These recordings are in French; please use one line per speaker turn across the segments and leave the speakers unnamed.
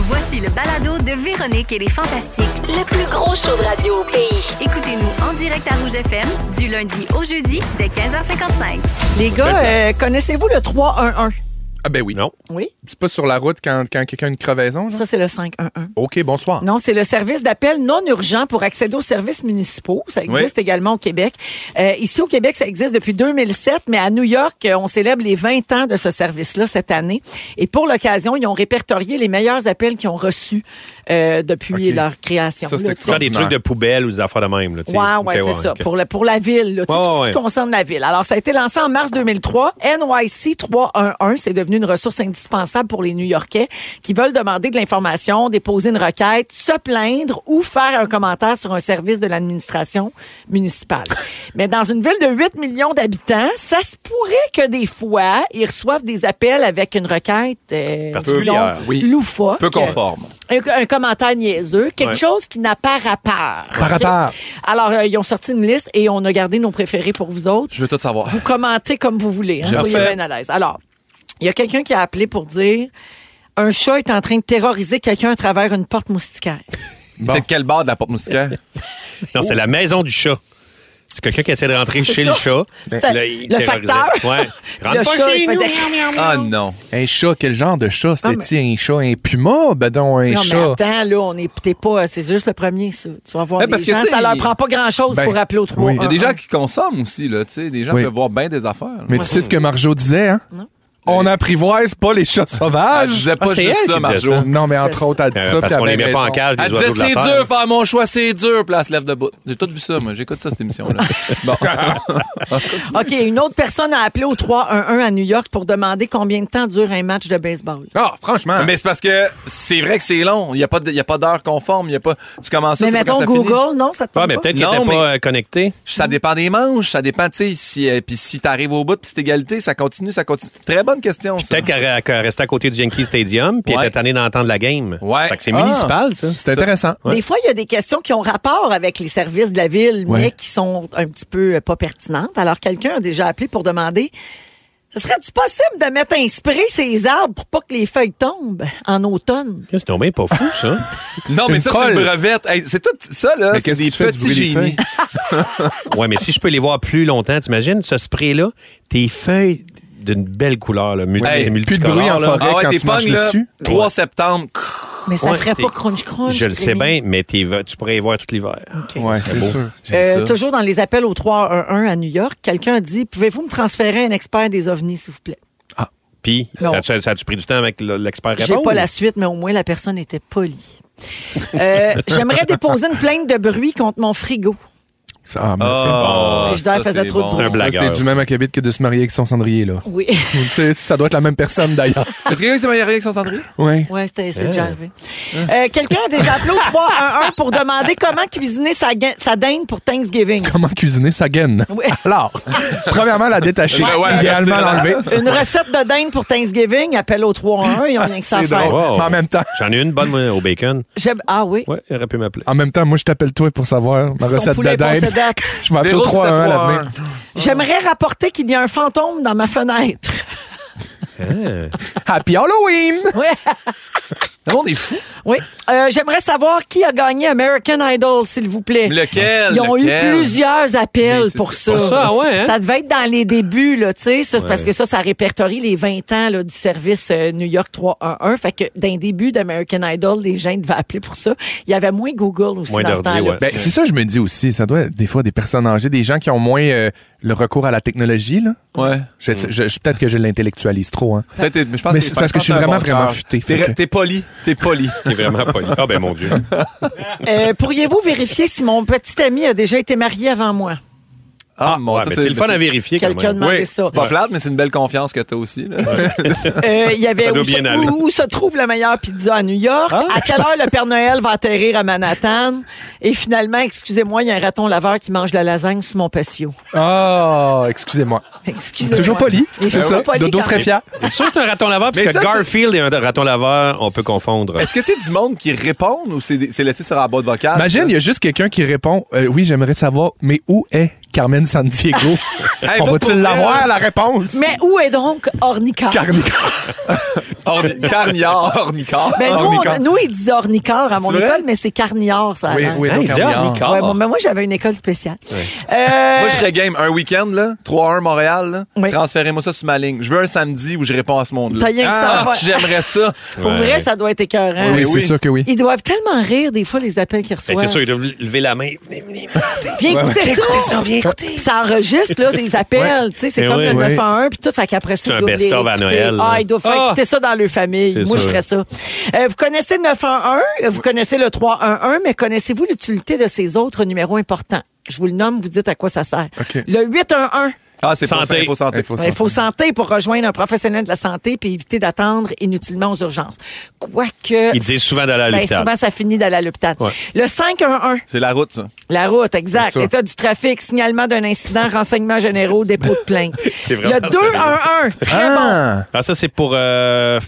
Voici le balado de Véronique et les Fantastiques.
Le plus gros show de radio au pays.
Écoutez-nous en direct à Rouge FM du lundi au jeudi dès 15h55.
Les gars, euh, connaissez-vous le 3-1-1?
Ah ben oui. Non.
Oui.
C'est pas sur la route quand, quand quelqu'un a une crevaison, genre?
Ça, c'est le 5-1-1.
OK, bonsoir.
Non, c'est le service d'appel non urgent pour accéder aux services municipaux. Ça existe également au Québec. Euh, ici, au Québec, ça existe depuis 2007, mais à New York, euh, on célèbre les 20 ans de ce service-là cette année. Et pour l'occasion, ils ont répertorié les meilleurs appels qu'ils ont reçus euh, depuis
Ok.
leur création.
Ça, c'est
là, tu sais.
extraordinaire.
Genre des trucs de poubelle ou des affaires de même. Là, tu sais.
Ouais, ouais,
Ok,
c'est ça.
ok.
Pour, le, pour la ville, là, tu sais,
Ouais,
tout ce
ouais.
qui concerne la ville. Alors, ça a été lancé en mars 2003. NYC 311, c'est devenu une ressource indispensable pour les New-Yorkais qui veulent demander de l'information, déposer une requête, se plaindre ou faire un commentaire sur un service de l'administration municipale. Mais dans une ville de 8 millions d'habitants, ça se pourrait que des fois, ils reçoivent des appels avec une requête euh,
Particulière.
disons,
Oui.
loufoque.
Peu conforme.
Un, un commentaire niaiseux, quelque
Ouais.
chose qui n'a pas rapport.
Par
OK?
rapport.
Alors, euh, ils ont sorti une liste et on a gardé nos préférés pour vous autres.
Je veux tout savoir.
Vous commentez comme vous voulez. hein,
J'ai
soyez
fait.
bien à l'aise. Alors, il y a quelqu'un qui a appelé pour dire un chat est en train de terroriser quelqu'un à travers une porte moustiquaire.
Peut-être quel bar de la porte moustiquaire?
Non, c'est la maison du chat. C'est quelqu'un qui essaie de rentrer chez le
ça.
chat.
C'était
Là, il
le
terrorisait.
facteur.
Ouais. Rentre
Le
pas euh,
chat,
chez
il
nous.
faisait-
Ah non.
Un chat, quel genre de chat?
Ah,
C'était-tu un chat, un puma? Ben donc, un
Non, mais
chat.
attends, là, on est, t'es pas, c'est juste le premier, ça. Tu vas voir
Ouais,
les
Eh, parce que,
gens,
tu sais,
ça leur
il-
prend pas grand-chose
Ben,
pour appeler au 3
oui.
Il y a des gens qui consomment aussi, là, tu sais. Des gens
ah. Oui.
peuvent voir bien des affaires.
Mais tu sais ce que Marjo disait, hein?
Non.
On apprivoise pas les chats
Elle
sauvages.
disait pas
Ah, c'est
juste
elle
ça,
qui disait
Marjo.
ça.
Non, mais entre
C'est
autres, elle dit
Euh,
ça.
parce
puis
qu'on les
avait
met pas en
raison.
cage, les
Elle
oiseaux
disait,
de la
c'est
terre.
dur, faire mon choix, c'est dur. Puis elle se lève debout. J'ai tout vu ça, moi. J'écoute ça, cette émission-là. bon.
OK, une autre personne a appelé au 311 à New York pour demander combien de temps dure un match de baseball.
Ah, franchement.
Mais c'est parce que c'est vrai que c'est long. Il n'y a pas de- il y a pas d'heure conforme. Il y a pas... Tu commences ça,
Mais
tu sais pas
mettons
quand ça finit.
Google, non, ça te
Ouais,
tombe
mais
pas?
peut-être qu'il
Non,
n'était
mais-
pas euh, connecté.
Ça dépend des manches, ça dépend, tu sais, si, euh, puis si t'arrives au bout, puis c'est égalité, ça continue, ça continue. C'est une Très bonne question, ça.
Peut-être qu'elle re- qu'elle restait à côté du Yankee Stadium puis elle
Ouais.
était tannée d'entendre la game.
Ouais.
Fait que c'est
Ah.
municipal, ça.
C'est intéressant.
Des fois, il y a des questions qui ont rapport avec les services de la ville, mais
Ouais.
qui sont un petit peu euh, pas pertinentes. Alors, quelqu'un a déjà appelé pour demander ce serait-tu possible de mettre un spray ces arbres pour pas que les feuilles tombent en automne?
C'est non, mais pas fou, ça.
Non, mais
Une
ça,
colle.
tu le brevettes. Hey, c'est tout ça, là.
Mais
C'est
qu'est-ce
des
que tu fais de
petits
brûler les
génies.
ouais, mais si je peux les voir plus longtemps, t'imagines, ce spray-là, tes feuilles d'une belle couleur, là, multi,
Hey, plus
c'est
de
multicolore,
bruit en
là.
forêt.
Ah ouais,
Quand
t'es
tu marches
pognes, là,
dessus.
3 septembre.
Mais ça
Ouais,
ferait
t'es-
pas crunch crunch.
Je le sais
Rémi.
bien, mais t'es- tu pourrais y voir tout l'hiver.
OK.
Ouais, c'est
beau.
sûr.
Euh, toujours dans les appels au 311 à New York, quelqu'un a dit Pouvez-vous me transférer un expert des ovnis, s'il vous plaît
Puis,
Non.
ça a- ça a-tu pris du temps avec le- l'expert
J'ai
répondre?
pas la suite, mais au moins la personne était polie. Euh, J'aimerais déposer une plainte de bruit contre mon frigo.
Ça- Ah, mais
Ah, ça,
Frigidaire faisait
c'est
trop de
bon.
C'est un
c'est- ça,
blagueur.
c'est du même acabit que de se marier avec son cendrier, là.
Oui,
Tu sais, ça doit être la même personne, d'ailleurs.
Est-ce que quelqu'un qui s'est marié avec son cendrier?
Ouais.
ouais, c'était- c'est
Hein?
déjà arrivé. Euh, Quelqu'un a déjà appelé au 311 pour demander comment cuisiner sa, gain- sa dinde pour Thanksgiving.
Comment cuisiner sa gaine?
Oui.
Alors, premièrement, la détacher.
Ben ouais,
idéalement,
la-
l'enlever.
Une recette de dinde pour Thanksgiving, appelle au 311, ils ont rien que ça à
C'est
faire.
drôle.
Wow.
Mais en même temps,
J'en ai une bonne moi, au bacon.
J'aime- Ah oui.
Ouais, il aurait pu m'appeler.
en même temps, moi, je t'appelle toi pour savoir ma
Si ton
recette de
poulet est passé
dinde.
date.
Je vais appeler au
Véro, c'est
3
à
à
toi,
l'avenir.
J'aimerais rapporter qu'il y a un fantôme dans ma fenêtre.
Ah.
Happy Halloween!
Le monde est fou.
Oui. Euh, J'aimerais savoir qui a gagné American Idol, s'il vous plaît.
Lequel?
Eh, Ils ont
lequel?
eu plusieurs appels
Mais c'est
pour
ça.
ça.
Pour ça, ouais, hein?
Ça devait être dans les débuts, là, tu sais. Ça, c'est parce que ça, ça répertorie les 20 ans là, du service euh, New York 311. Fait que d'un début d'American Idol, les gens devaient appeler pour ça. Il y avait moins Google aussi
Moins
dans ce
d'ordi,
temps-là.
ouais.
Ben, c'est ça, je me dis aussi. Ça doit être des fois des personnes âgées, des gens qui ont moins euh, le recours à la technologie. Là.
Ouais.
Je, je- je- Peut-être que je l'intellectualise trop. Hein.
Peut-être, mais je pense
Mais
que
c'est
t'es-
parce que je suis
t'as un
vraiment,
bon
vraiment
cœur.
futé.
T'es
Fait que-
t'es poli. T'es poli.
T'es vraiment pas Ah ben mon Dieu.
Euh, Pourriez-vous vérifier si mon petit ami a déjà été marié avant moi?
Ah, mon
Ouais, mais c'est le fun à vérifier quand
Quelqu'un
même.
de- Demandez
Oui,
ça.
c'est pas
Ouais.
plate, mais c'est une belle confiance que t'as aussi. là.
Euh, il y avait
Ça doit
où,
bien
se,
aller. Ah.
où- où se trouve la meilleure pizza à New York? À quelle heure le Père Noël va atterrir à Manhattan? Et finalement, excusez-moi, il y a un raton laveur qui mange de la lasagne sous mon patio.
Ah, excusez-moi.
Excusez-moi.
Toujours poli,
Il est
c'est
toujours
ça.
poli
Dodo
quand
serait fier.
C'est sûr que c'est un raton laveur, parce
Mais
que
ça, c'est-
Garfield et un raton laveur, on peut
Ben,
confondre. Ben,
Est-ce que c'est du monde qui répond ou c'est des- c'est laissé sur la boîte vocale?
Imagine, il y a juste quelqu'un qui répond euh, Oui, j'aimerais savoir, mais où est Carmen Sandiego?
Hey,
On
pas pour
va-tu
vrai,
l'avoir,
hein?
la réponse?
Mais où est donc Ornica?
Carmen-
Orni- Carniard, ornicar.
Ben, nous,
ornicar.
on- nous, ils disent ornicar à mon
C'est vrai?
école, mais c'est carniard, ça. a
Oui,
l'air.
oui,
Hein,
donc
il dit
Carniard.
ornicar.
Ouais, moi, mais moi, j'avais une école spéciale. Euh,
Moi, je serais game un week-end, là, 3-1 Montréal, là.
Oui.
Transférez-moi ça sur ma ligne. Je veux un samedi où je réponds à ce monde-là.
T'as rien que ça à
Ah,
faire.
j'aimerais ça.
Pour
Ouais.
vrai, ça doit être écœurant.
Oui,
Mais
c'est
oui.
sûr que oui.
Ils doivent tellement rire des fois les appels qu'ils
Ben,
reçoivent.
C'est sûr, il doit lever la main. Venez, venez.
Viens écouter, ça. viens écouter. Ça enregistre là, des appels, tu sais, c'est
Eh
comme
oui.
le
Ouais.
911 puis tout, fait qu'après ça,
C'est
ils
un
doivent les
best-of à
réécouter.
Noël, là.
Ah, ils doivent faire
Ah!
écouter ça dans leur famille.
C'est
Moi, je
sûr.
ferais ça. Euh, vous connaissez le 911, vous connaissez le 311, mais connaissez-vous l'utilité de ces autres numéros importants? Je vous le nomme, vous dites à quoi ça sert.
OK.
Le 811,
Ah, c'est pour
Santé.
ça, info santé.
Info
il faut santé pour rejoindre un professionnel de la santé puis éviter d'attendre inutilement aux urgences. Quoique...
Ils disent souvent d'aller à
Ben,
l'hôpital.
souvent, ça finit d'aller à l'hôpital.
Ouais.
Le 511,
C'est la route, ça.
la route, exact.
C'est ça.
État du trafic, signalement d'un incident, renseignements généraux, dépôt de plainte.
C'est vraiment
Le 211, très bon.
Ah!
Ah, ça, c'est pour euh,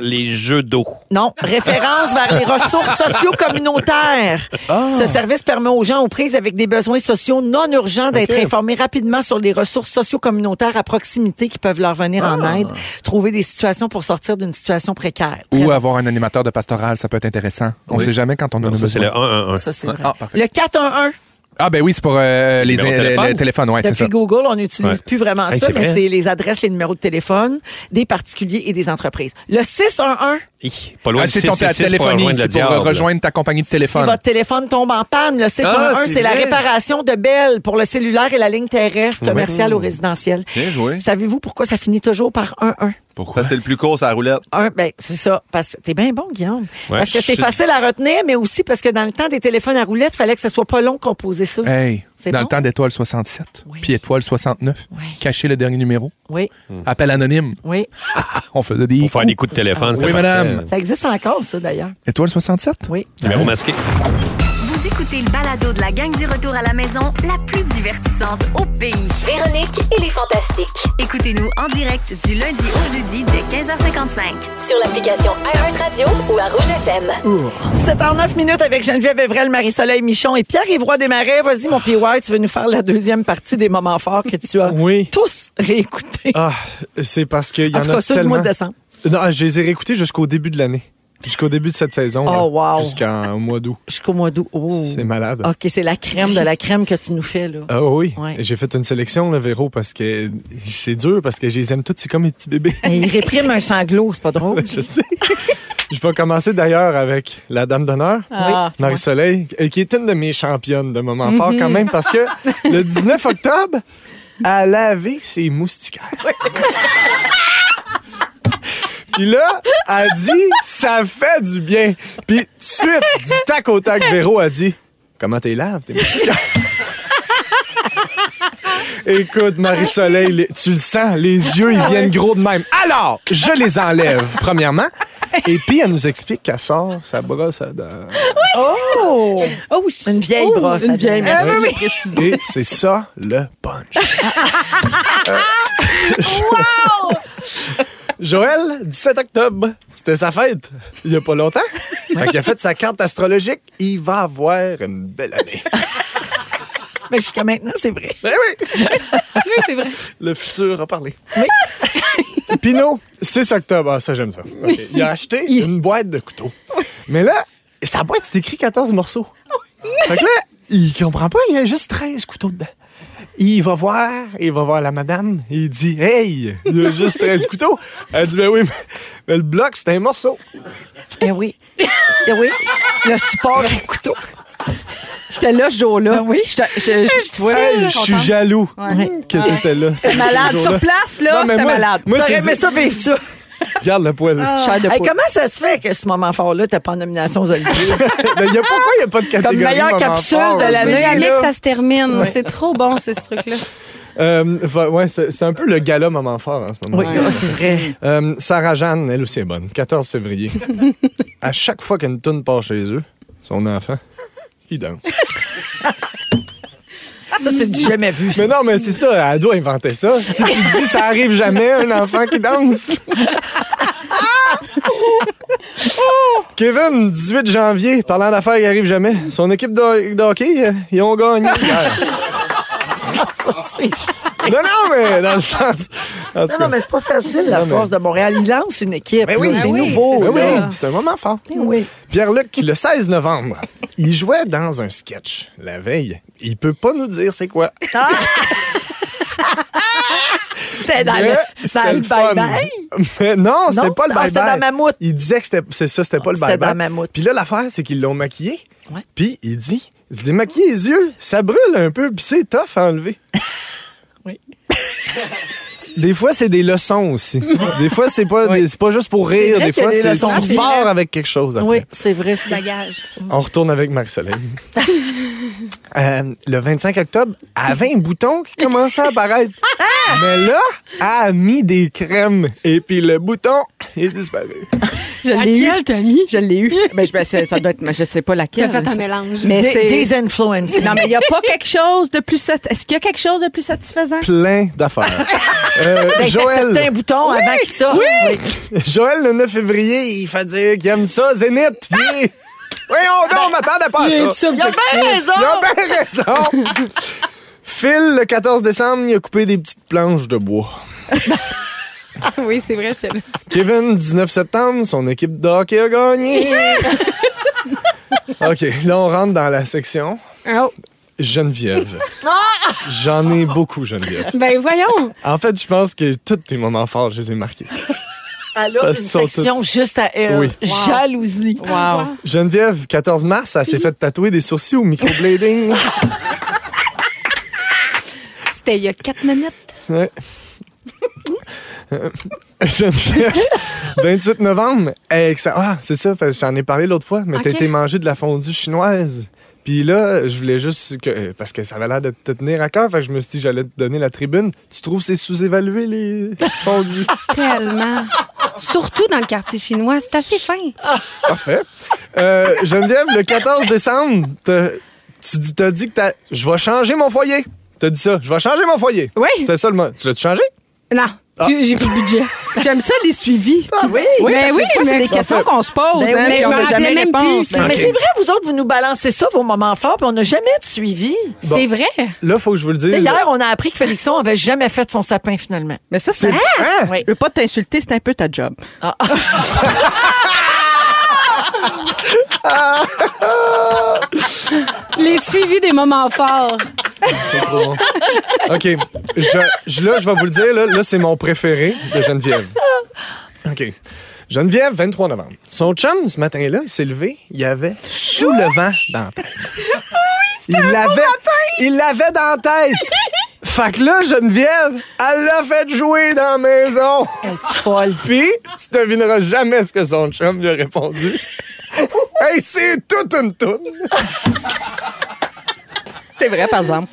les jeux d'eau.
Non, référence vers les ressources socio-communautaires.
Ah.
Ce service permet aux gens aux prises avec des besoins sociaux non urgents d'être informés rapidement sur les ressources socio-communautaires à proximité qui peuvent leur venir en aide, trouver des situations pour sortir d'une situation précaire. Très
Ah. Ou
bon.
avoir un animateur de pastoral, ça peut être intéressant. On
Oui.
sait jamais quand on en a
Non, ça, c'est
besoin.
le 1-1-1.
Ça, c'est vrai.
Ah, parfait.
le 411,
Ah, ben oui, c'est pour euh, les,
Numéro de
les-
téléphone?
les téléphones, ouais, c'est
Depuis
ça.
Google, on n'utilise
Ouais.
plus vraiment
Hey,
ça,
c'est
mais
vrai.
c'est les adresses, les numéros de téléphone des particuliers et des entreprises. Le 611,
Hi, Pas loin
Ah,
du
c'est ton ta
666 pour
téléphonie,
rejoindre le
c'est pour euh,
diable.
rejoindre ta compagnie de
si
téléphone.
votre téléphone tombe en panne, le 611,
Ah,
c'est
c'est
la
vrai.
réparation de Bell pour le cellulaire et la ligne terrestre commerciale ou résidentielle.
Bien joué.
Savez-vous pourquoi ça finit toujours par 1-1?
Pourquoi? C'est le plus court, c'est la roulette.
Un, ben, c'est ça. Parce que t'es bien bon, Guillaume.
Ouais,
parce que c'est
je-
facile à retenir, mais aussi parce que dans le temps des téléphones à roulettes, fallait que ce soit pas long de composer ça.
Hey,
C'est
dans
bon?
le temps d'étoile 67,
Oui.
puis étoile 69,
Oui.
cacher le dernier numéro,
Oui,
appel anonyme,
oui.
on faisait des
Hmm. Pour faire des
coups.
coups de téléphone, c'est
Oui,
parfait.
madame.
Ça existe encore, ça, d'ailleurs.
Étoile 67?
Oui.
Numéro masqué.
Vous écoutez le balado de la gang du retour à la maison, la plus divertissante au pays.
Véronique et les Fantastiques.
Écoutez-nous en direct du lundi au jeudi dès 15h55.
Sur l'application iHeartRadio ou à Rouge FM.
7 h 09 minutes avec Geneviève Evrel, Marie-Soleil Michon et Pierre Évroy Desmarais. Vas-y, mon PY, tu veux nous faire la deuxième partie des moments forts que tu as
Oui.
tous réécoutés.
Ah, c'est parce qu'il y en,
en tout cas,
a
ceux du mois
tellement.
de décembre.
Non, ah, je les ai réécoutés jusqu'au début de l'année. Jusqu'au début de cette saison.
Oh,
là.
wow.
Jusqu'en mois d'août.
Jusqu'au mois d'août. Oh.
C'est malade.
OK, c'est la crème de la crème que tu nous fais, là.
Euh.
Ah oui,
Ouais.
j'ai fait une sélection, là, Véro, parce que c'est dur, parce que je les aime toutes, c'est comme mes petits bébés.
Hey, Il réprime un sanglot, c'est pas drôle.
je sais. Je vais commencer d'ailleurs avec la dame d'honneur.
Ah, c'est moi. Mhm.
Marie-Soleil, euh, qui est une de mes championnes de moments forts quand même, parce que le 19 octobre, elle a lavé ses moustiquaires. Puis là, elle dit, ça fait du bien. Puis tout de suite, du tac au tac, Véro a dit, comment t'es laves tes moustiquaires? Écoute, Marie-Soleil, les- tu le sens, les yeux, ils viennent gros de même. Alors, je les enlève, premièrement. Et puis, elle nous explique qu'elle sort sa brosse à dents.
Oh! Une vieille brosse. Une vieille
Et c'est ça le punch. Joël, 17 octobre, c'était sa fête, il n'y a pas longtemps. Fait qu'il a fait sa carte astrologique, il va avoir une belle année.
Mais jusqu'à maintenant, c'est vrai.
Eh oui! Le futur a parlé. Pinot, 6 octobre. Ah, ça, j'aime ça. Ok. Il a acheté une boîte de couteaux. Mais là, sa boîte, c'est écrit 14 morceaux. Fait que là, il comprend pas, il y a juste 13 couteaux dedans. Il va voir, il va voir la madame, il dit Hey, il y a juste 13 couteaux. Elle dit Ben oui, mais, mais le bloc, c'est un morceau.
Eh oui. Eh oui. Le support du couteau. J'étais là ce jour-là. oui.
Hey, je suis jaloux que t'étais là. C'est
Malade sur place, là,
Non, mais
c'était
moi-
malade.
moi,
T'aurais
c'est-
aimé ça vivre ça.
Regarde le poil.
Chair de
Ah. Hey,
poule.
comment ça se fait que ce moment fort-là, t'es pas en nomination aux Olivier?
Ben, il y a, pourquoi il n'y a pas de catégorie
meilleure
moment
capsule
fort,
de
là?
l'année.
Mais jamais que
là.
ça se termine. C'est trop bon, ce ce truc-là.
Euh, va- ouais, c'est c'est un peu le gala moment fort en ce moment.
Oui, ah, c'est vrai.
Euh, Sarah Jeanne, elle aussi est bonne. 14 février. à chaque fois qu'une toune part chez eux, son enfant, il danse.
Ça, c'est du jamais vu. ça.
Mais non, mais c'est ça, elle doit inventer ça. Si tu te dis, ça arrive jamais, un enfant qui danse. Kevin, 18 janvier, parlant d'affaires qui arrivent jamais, son équipe de, de hockey, euh, ils ont gagné. hier.
ça, c'est
Non, non, mais dans le sens. En tout
Non, non,
cas.
mais c'est pas facile, la
Non, mais-
force de Montréal. Il lance une équipe.
Ben oui,
là, c'est
ben oui,
nouveau.
Ben
c'est
oui,
là.
ça.
c'est un moment fort.
Ben oui.
Pierre-Luc, le 16 novembre, il jouait dans un sketch la veille. Il peut pas nous dire c'est quoi.
C'était dans
Mais
Ah, le,
c'était
dans le
le fun.
bye-bye.
Mais non, c'était
Non?
pas le
Ah,
bye-bye.
c'était dans Mammouth.
Il disait que c'était c'est ça, c'était pas le
C'était
bye-bye.
dans Mammouth.
Puis là, l'affaire, c'est qu'ils l'ont maquillé.
Ouais.
Puis il dit, il se démaquiller les yeux, ça brûle un peu, puis c'est tough à enlever.
Oui.
Des fois, c'est des leçons aussi. Des fois, c'est pas, des- c'est pas juste pour
C'est
rire.
vrai
Des
qu'il y a
fois,
des
c'est
leçons.
tu pars avec quelque chose. après.
Oui, c'est vrai. c'est-
Bagage.
On retourne avec Marie-Soleil. Euh, le 25 octobre, elle avait un bouton qui commençait à apparaître. Mais là, elle a mis des crèmes et puis le bouton est disparu.
Je l'ai eu.
Laquelle t'as mis?
Je l'ai eu. Mais je, ben, c'est- ça doit être, mais je sais pas
T'as
laquelle.
fait un
Ça-
mélange.
Mais
Des,
c'est.
des influences.
Non, mais il n'y a pas quelque chose de plus. sat- Est-ce qu'il y a quelque chose de plus satisfaisant?
Plein d'affaires. Euh,
un
Joël,
bouton avant que ça. Oui.
Joël, le 9 février, il fait dire qu'il aime ça, Zénith.
Ah!
Yeah. Voyons donc, on m'attendait pas à ça.
Il a bien raison.
Ils ont bien raison. Phil, le 14 décembre, il a coupé des petites planches de bois.
Ah Oui, c'est vrai, j'étais là.
Kevin, 19 septembre, son équipe de hockey a gagné. OK, là, on rentre dans la section
Oh. Ah!
Geneviève. J'en ai beaucoup, Geneviève.
Ben voyons.
En fait, je pense que tous tes moments forts, je les ai marqués.
Elle a une
Parce qu'ils sont
section juste à elle.
Oui.
Jalousie.
Wow.
Geneviève, 14 mars, elle s'est fait tatouer des sourcils au microblading.
C'était il y a quatre minutes.
Ouais. Euh, Geneviève, 28 novembre, avec sa- ah, c'est ça, parce que j'en ai parlé l'autre fois, mais
Ok.
t'as été manger de la fondue chinoise. Puis là, je voulais juste que. euh, Parce que ça avait l'air de te tenir à cœur, fait que je me suis dit que j'allais te donner la tribune. Tu trouves que c'est sous-évalué, les fondus?
Tellement. Surtout dans le quartier chinois, c'est assez fin.
Parfait. Euh, Geneviève, le 14 décembre, t'as- tu dis- t'as dit que t'as- je vais changer mon foyer. T'as dit ça, je vais changer mon foyer.
Oui.
C'était ça le mot. Tu l'as changé?
Non,
Ah.
plus- j'ai plus de budget.
J'aime ça, les suivis.
Oui.
Oui, parce
Ben
que des
oui,
fois,
mais
c'est des
ça
questions
fait-
qu'on se pose,
Ben
hein,
oui,
puis
je
on
me
n'a
rappelais
jamais
même
réponse.
plus.
Mais
Ok.
c'est vrai, vous autres, vous nous balancez ça, vos moments forts, puis on n'a jamais de suivi.
Bon.
C'est vrai.
Là, faut que je vous le dise.
Tu sais, Hier, on a appris que Félixon avait jamais fait son sapin, finalement.
Mais ça, c'est.
Hein?
Je veux pas t'insulter, c'est un peu ta job.
Ah. Les suivis des moments forts.
C'est trop bon. OK. Je, je- là, je vais vous le dire. Là, là, c'est mon préféré de Geneviève. OK. Geneviève, 23 novembre. Son chum, ce matin-là, il s'est levé. Il avait sous le vent dans la tête. Oui, il l'avait, Il l'avait dans la tête. Fait que là, Geneviève, elle l'a fait jouer dans la maison.
Es-tu folle?
Puis, tu devineras jamais ce que son chum lui a répondu. hey, c'est toute une toune.
C'est vrai, par exemple.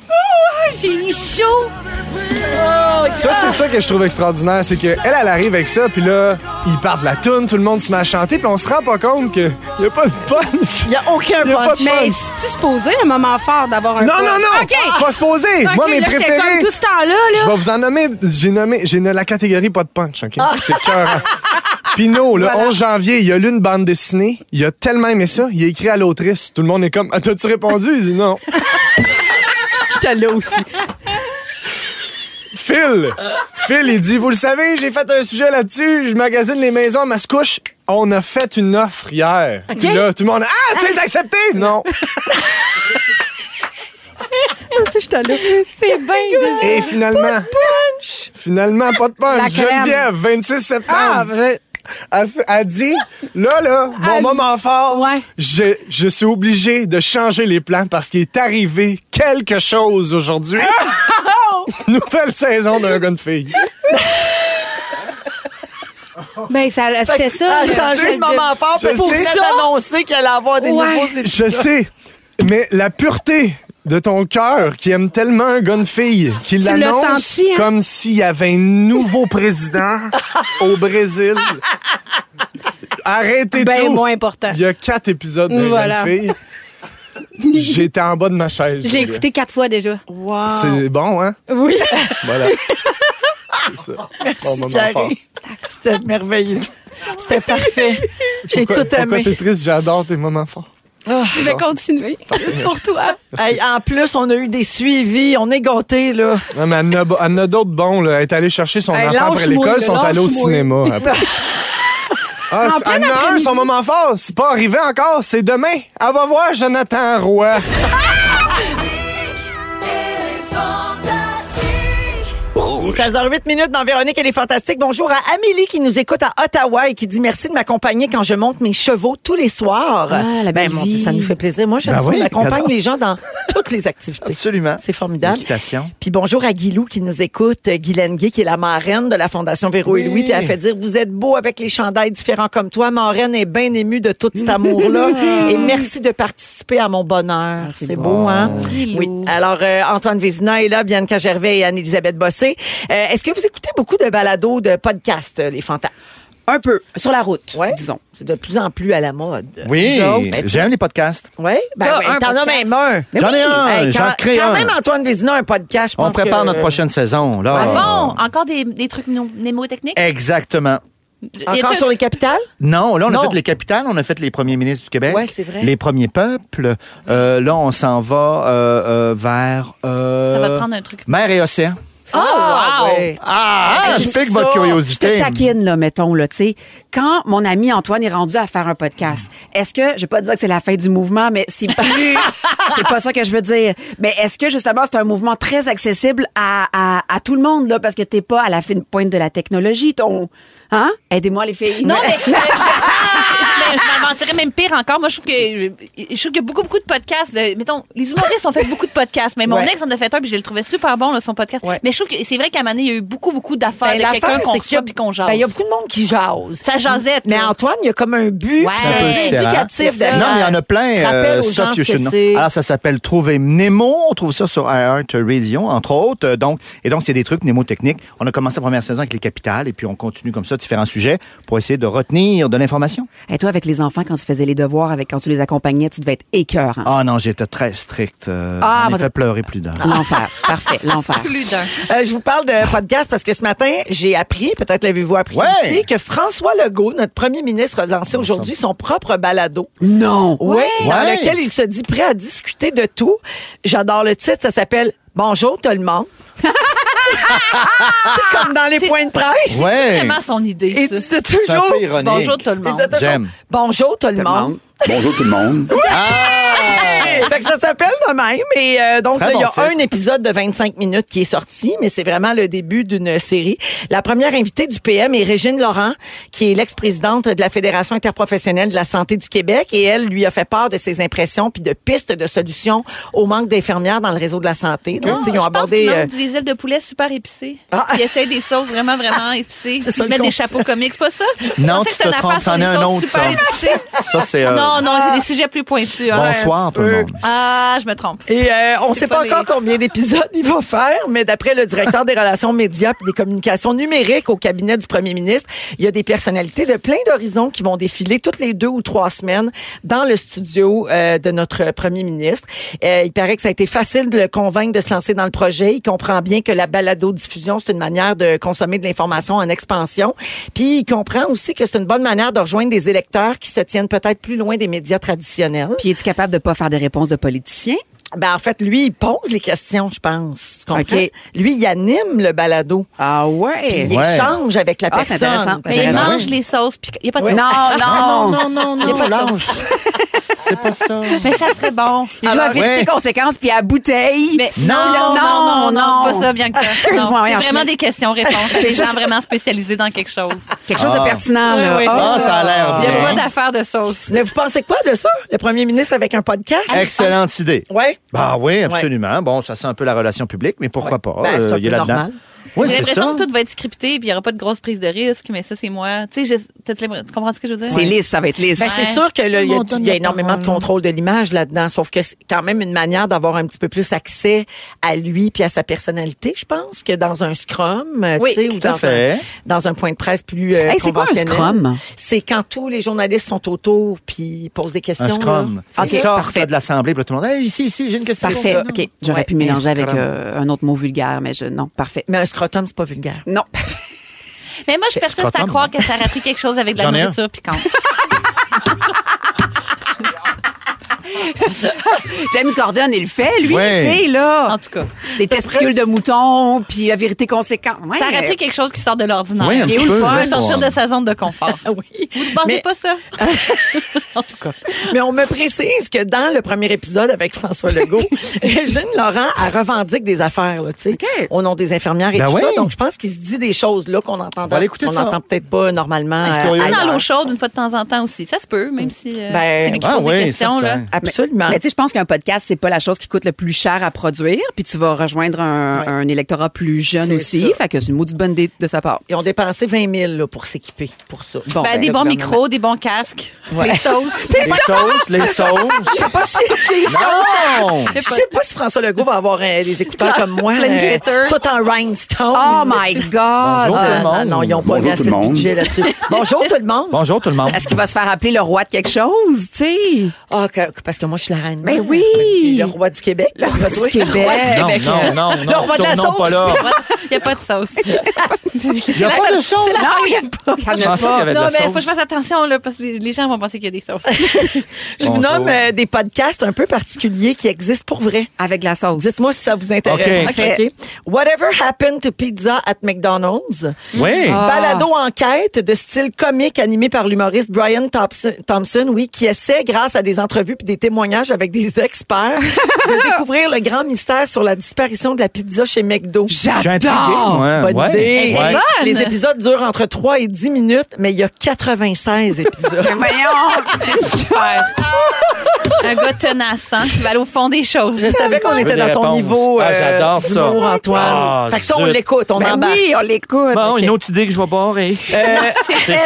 J'ai eu chaud.
Ça, c'est ça que je trouve extraordinaire, c'est qu'elle, elle arrive avec ça, puis là, ils partent la toune, tout le monde se met à chanter, puis on se rend pas compte qu'il n'y a pas de punch.
Il n'y a aucun
Y a pas
punch.
de
Mais
punch.
c'est-tu supposé un moment fort d'avoir un
Non,
fort?
non, non!
OK.
C'est pas supposé!
Ok,
Moi, mes
là, j'étais
préférés.
comme Tout ce temps-là,
Je
là.
vais vous en nommer. J'ai nommé, j'ai nommé la catégorie pas de punch, OK?
Ah.
C'était cœur. Pinot, le 11 janvier, il a lu une bande dessinée. Il a tellement aimé ça, il a écrit à l'autrice. Tout le monde est comme, ah, t'as-tu répondu? Il dit non.
J'étais là aussi.
Phil! Phil, il dit, vous le savez, j'ai fait un sujet là-dessus, je magasine les maisons à Mascouche. On a fait une offre hier. Puis Là, tout le monde, ah, tu sais, t'as accepté? Non.
Ça aussi, j'étais là.
C'est bien.
Et finalement. Pas de punch! Finalement, pas de punch.
crème.
Geneviève, 26
Ah,
septembre. Elle, se- elle dit, là, là, mon
Elle-
moment fort,
Ouais.
je, je suis obligé de changer les plans parce qu'il est arrivé quelque chose aujourd'hui. Nouvelle saison d'un gars de fille.
Ben, ça- c'était ça.
Elle
le-
a Ah, changé
sais.
de moment fort
Je
pour
sais.
nous annoncer qu'elle allait avoir des
Ouais.
nouveaux épisodes.
Je sais, mais la pureté de ton cœur qui aime tellement un gars de fille qui
l'as
l'annonce
senti, hein?
comme s'il y avait un nouveau président au Brésil. Arrêtez
Ben,
tout.
moins important.
Il y a quatre épisodes de
Voilà.
Jeune fille. J'étais en bas de ma chaise.
Je l'ai écouté Ah. quatre fois déjà.
C'est bon, hein?
Oui.
Voilà. C'est ça. Bon moment
Pierre.
fort.
C'était merveilleux. C'était parfait. J'ai
Pourquoi-
tout
Pourquoi
aimé.
t'es triste? J'adore tes moments forts.
Je vais continuer. Juste pour toi.
Hey, en plus, on a eu des suivis. On est gâtés, là.
Non, mais elle en a, elle en a d'autres bons. Là. Elle est allée chercher son
Hey,
enfant après
lâche-moi,
l'école, sont allés au
lâche-moi.
cinéma. après. Ah,
En
c'est-
plein
elle en a un,
après-midi.
son moment fort. C'est pas arrivé encore, c'est demain. Elle va voir Jonathan Roy.
Il est 16h08 minutes dans Véronique, elle est fantastique. Bonjour à Amélie qui nous écoute à Ottawa et qui dit merci de m'accompagner quand je monte mes chevaux tous les soirs.
Ah, la belle
ben, mon Dieu,
vie.
ça nous fait plaisir. Moi, j'aime
Ben
ça.
oui,
on accompagne
j'adore.
les gens dans toutes les activités.
Absolument.
C'est formidable.
Équitation.
Puis bonjour à Guilou qui nous écoute, euh, Guylaine Gay, qui est la marraine de la Fondation Véro et Louis, puis elle fait dire Vous êtes beau avec les chandails différents comme toi. Ma reine est bien émue de tout cet amour-là. et merci de participer à mon bonheur.
Ah,
c'est beau, hein?
Ah.
Oui. Alors, euh, Antoine Vézina est là, Bianca Gervais et Anne-Elisabeth Bossé. Euh, Est-ce que vous écoutez beaucoup de balados, de podcasts, euh, les fantasmes?
Un peu, sur la route,
Ouais.
disons.
C'est de plus en plus à la mode.
Oui,
Nous autres, ben,
j'aime les podcasts.
Oui, ben,
T'as
ouais,
un
t'en as
podcast.
même un. Ben
J'en ai un,
Hey,
j'en
quand,
crée
quand
un.
même, Antoine Vézina, un podcast, je pense
On prépare
que- euh,
notre prochaine saison. Là.
Ah bon, encore des, des trucs mnémo- mnémotechniques?
Exactement.
Et
Encore
tu-
sur les capitales?
Non, là, on
Non.
a fait les capitales, on a fait les premiers ministres du Québec.
Ouais, c'est vrai.
Les premiers peuples. Euh, là, on s'en va euh, euh, vers. euh,
Ça va te prendre un truc.
Mer et océan.
Ah,
wow!
ouais.
Ah, ah, je
Juste
pique
ça,
votre
Je te
curiosité.
taquine, là, mettons, là, tu sais. Quand mon ami Antoine est rendu à faire un podcast, est-ce que, je vais pas dire que c'est la fin du mouvement, mais c'est pas, c'est pas ça que je veux dire. Mais est-ce que, justement, c'est un mouvement très accessible à, à, à tout le monde, là, parce que t'es pas à la fine pointe de la technologie, ton, hein? Aidez-moi, les filles.
Non, mais euh, je, je- je- je- je m'inventerais même pire encore. Moi, je trouve que je trouve qu'il y a beaucoup, beaucoup de podcasts. de- mettons, les humoristes ont fait beaucoup de podcasts, mais mon
Ouais.
ex en a fait un, puis je le trouvais super bon, là, son podcast. Mais je trouve que c'est vrai qu'à un moment donné, il y a eu beaucoup, beaucoup d'affaires
Ben,
de
l'affaire,
quelqu'un qu'on
c'est qu'il y a-
reçoit puis qu'on jase.
Ben, il y a beaucoup de monde qui jase.
Ça jasette.
Mais
là.
Antoine, il y a comme un but
Ouais. C'est un peu
différent.
éducatif
C'est ça.
derrière.
Non, mais il y en a plein.
Rappelle
euh,
aux gens
stuff
ce que
you should know.
c'est.
Alors, ça s'appelle Trouver Nemo. On trouve ça sur iHeart Radio, entre autres. Euh, Donc, et donc, c'est des trucs mnémotechniques. On a commencé la première saison avec les capitales et puis on continue comme ça, différents sujets, pour essayer de retenir de l'information.
Et toi, avec les enfants, quand tu faisais les devoirs, avec, quand tu les accompagnais, tu devais être écœurant.
Ah non, j'étais très strict. Euh,
Ah,
on a
moi,
fait pleurer plus d'un.
L'enfer. Parfait, l'enfer.
Plus d'un.
Euh, je vous parle de podcast parce que ce matin, j'ai appris, peut-être l'avez-vous appris
Ouais.
aussi, que François Legault, notre premier ministre, a lancé aujourd'hui son propre balado.
Non!
Oui, dans
Ouais.
lequel il se dit prêt à discuter de tout. J'adore le titre, ça s'appelle Bonjour tout le monde. C'est comme dans les points de presse.
Ah! C'est
Ouais.
vraiment son
Et
idée, ça.
c'est
C'est un
toujours
peu ironique.
Bonjour tout le
Il
monde.
disait toujours,
J'aime.
Bonjour tout le monde.
Bonjour tout le monde.
Ah!
Hey! Fait que ça s'appelle de même. Et euh, donc,
Très
là, il y a
bon titre.
un épisode de 25 minutes qui est sorti, mais c'est vraiment le début d'une série. La première invitée du PM est Régine Laurent, qui est l'ex-présidente de la Fédération interprofessionnelle de la santé du Québec. Et elle lui a fait part de ses impressions puis de pistes de solutions au manque d'infirmières dans le réseau de la santé. Donc, tu sais, ils ont
Ah, je
abordé...
Pense qu'ils
euh,
mangent des ailes de poulet super épicées.
Ah.
Ils essayent des sauces vraiment, vraiment épicées.
ça,
Ils
le
mettent des
concept.
chapeaux comiques, c'est pas ça?
Non,
En fait,
tu
c'est
te
une affaire
trompes,
sur
c'en
les
est un
sauces
autre,
super
ça.
épicées.
Ça, c'est. euh,
Non, non,
Ah.
c'est des sujets plus pointus. hein.
Bonsoir, tout le monde.
Ah, je me trompe.
Et euh, on ne
C'est
sait pas
pas
encore
les-
combien d'épisodes il va faire, mais d'après le directeur des relations médias et des communications numériques au cabinet du premier ministre, il y a des personnalités de plein d'horizons qui vont défiler toutes les deux ou trois semaines dans le studio euh, de notre premier ministre. Euh, il paraît que ça a été facile de le convaincre de se lancer dans le projet. Il comprend bien que la balado-diffusion, c'est une manière de consommer de l'information en expansion. Puis il comprend aussi que c'est une bonne manière de rejoindre des électeurs qui se tiennent peut-être plus loin des médias traditionnels.
Puis es-tu capable de pas faire des réponses de politiciens?
Ben, en fait, lui, il pose les questions, je pense. Tu comprends?
OK.
Lui, il anime le balado.
Ah ouais!
Puis il
Ouais.
échange avec la
Ah, c'est
personne.
intéressant.
Mais
Ben,
ils mangent
oui.
les sauces. puis Il n'y a pas de
Ah, Non,
sauce.
non,
Ah, Non, non, non,
Il y a pas de
Blanche. C'est pas ça.
Mais ça serait bon.
Il joue à
ouais.
vérité conséquences puis à bouteille.
Mais
Non,
non, non, non, non, c'est pas ça, bien que
Excuse-moi,
C'est
voyons,
vraiment
je-
des questions-réponses.
C'est
des
ça.
gens vraiment spécialisés dans quelque chose.
Quelque chose
Ah.
de pertinent, là.
Oui, oui,
Ah.
Ah, ça a l'air
Il n'y a
bien.
pas d'affaire de sauce.
Mais vous pensez quoi de ça? Le premier ministre avec un podcast?
Excellente idée.
Ouais.
Bah oui, absolument. Bon, ça sent un peu la relation publique, mais pourquoi pas? euh,
Ben, c'est un
il y a
peu
là-dedans.
normal.
Oui,
J'ai
c'est ça.
l'impression que tout va être scripté puis il n'y aura pas de grosse prise de risque, mais ça, c'est moi. Tu sais, je- t'as-tu l'impression- tu comprends ce que je veux dire?
C'est lisse, ça va être lisse.
Ben, c'est
Ouais.
sûr que là, il y a,
On donne
il y a
la
énormément de
parole.
contrôle de l'image là-dedans, sauf que c'est quand même une manière d'avoir un petit peu plus accès à lui puis à sa personnalité, je pense, que dans un scrum, euh,
Oui,
tu sais, ou
tout à
dans un,
fait.
dans un point de presse plus euh,
Hey, c'est quoi un
conventionnel.
scrum?
C'est quand tous les journalistes sont autour puis posent des questions.
Un
là.
scrum.
Ok,
Ils sortent
parfait.
de l'Assemblée, puis là, tout le monde. Hey, ici, ici, j'ai une question.
Parfait.
là.
OK. J'aurais pu mélanger avec euh, un autre mot vulgaire, mais je. Non, parfait.
Mais un scrotum, c'est pas vulgaire.
Non.
Mais moi, je persiste à
scrotum,
croire que ça aurait pris quelque chose avec de la
J'en ai un.
nourriture piquante.
James Gordon, il le fait, lui,
Ouais.
tu sais, là. En tout
cas.
Des testicules de mouton, puis la vérité conséquente. Ouais.
Ça a rappelé quelque chose qui sort de l'ordinaire.
Oui, un
qui
petit peu,
pas
laisse-moi.
sortir de sa zone de confort.
oui.
Vous ne pensez
Mais-
pas ça?
Mais on me précise que dans le premier épisode avec François Legault, Régine Laurent, elle revendique des affaires, là, tu sais, au nom des infirmières et
Ben
tout
oui.
ça. Donc, je pense qu'il se dit des choses, là, qu'on entend,
va aller écouter
qu'on
ça.
entend peut-être pas normalement.
Ah,
euh,
dans
ailleurs. Ben,
l'eau chaude une fois de temps en temps aussi. Ça se peut, même si euh, c'est
Ah,
lui qui pose des questions. Là.
Absolument.
Mais, tu sais, je pense qu'un podcast, c'est pas la chose qui coûte le plus cher à produire, puis tu vas rejoindre un, un électorat plus jeune aussi. Fait que c'est une maudite bonne idée de sa part.
Ils ont dépensé 20 000 là, pour s'équiper pour ça.
Bon,
Ben,
ben,
des
le
bons
gouvernement.
micros, des bons casques,
Ouais.
des sauces.
Des
Les sauces, les sauces.
Je sais pas si les
Non!
Je sais pas si François Legault va avoir euh, des écouteurs
Ah,
comme moi.
Plein de
euh,
glitter.
tout en rhinestone.
Oh my God! Bonjour
Ah,
tout le
non,
monde.
Non, ils n'ont pas mis
Bonjour tout
assez
le
de
monde.
budget là-dessus. Bonjour tout le monde.
Bonjour tout le monde.
Est-ce qu'il va se faire appeler le roi de quelque chose, tu sais?
Ah, que- que- parce que moi, je suis la reine.
Ben oui!
Le roi du Québec. Le
roi du Québec.
Non, non, non, non,
Le roi de la
tournons
sauce.
pas là.
Il n'y a pas de sauce.
Il n'y a pas de sauce.
C'est la sauce que j'aime pas.
Je pensais qu'il y avait de
non,
la
mais faut
sauce.
que je fasse attention là, parce que les, les gens vont penser qu'il y a des sauces.
Je vous
Bonjour.
nomme euh, des podcasts un peu particuliers qui existent pour vrai.
Avec la sauce.
Dites-moi si ça vous intéresse.
OK. OK.
OK. Whatever happened to pizza at McDonald's?
Oui. Ah.
Balado enquête de style comique animé par l'humoriste Brian Thompson, Thompson, oui, qui essaie, grâce à des entrevues puis des témoignages avec des experts, de découvrir le grand mystère sur la disparition de la pizza chez McDo.
suis intrigué, moi.
Bonne
Ouais.
idée.
Elle était Ouais. bonne.
Les épisodes durent entre 3 et 10 minutes, mais il y a 96 épisodes.
Un gars tenace, hein, qui va aller au fond des choses.
Je savais qu'on
Je veux
était
des
dans ton
réponses.
niveau.
Ah,
euh,
j'adore ça.
d'humour, Antoine.
Ah,
fait que ça, on
zut.
l'écoute, on
Ben
embarque.
oui, on
l'écoute.
Bon, une autre idée que je vais barrer.
C'est fait.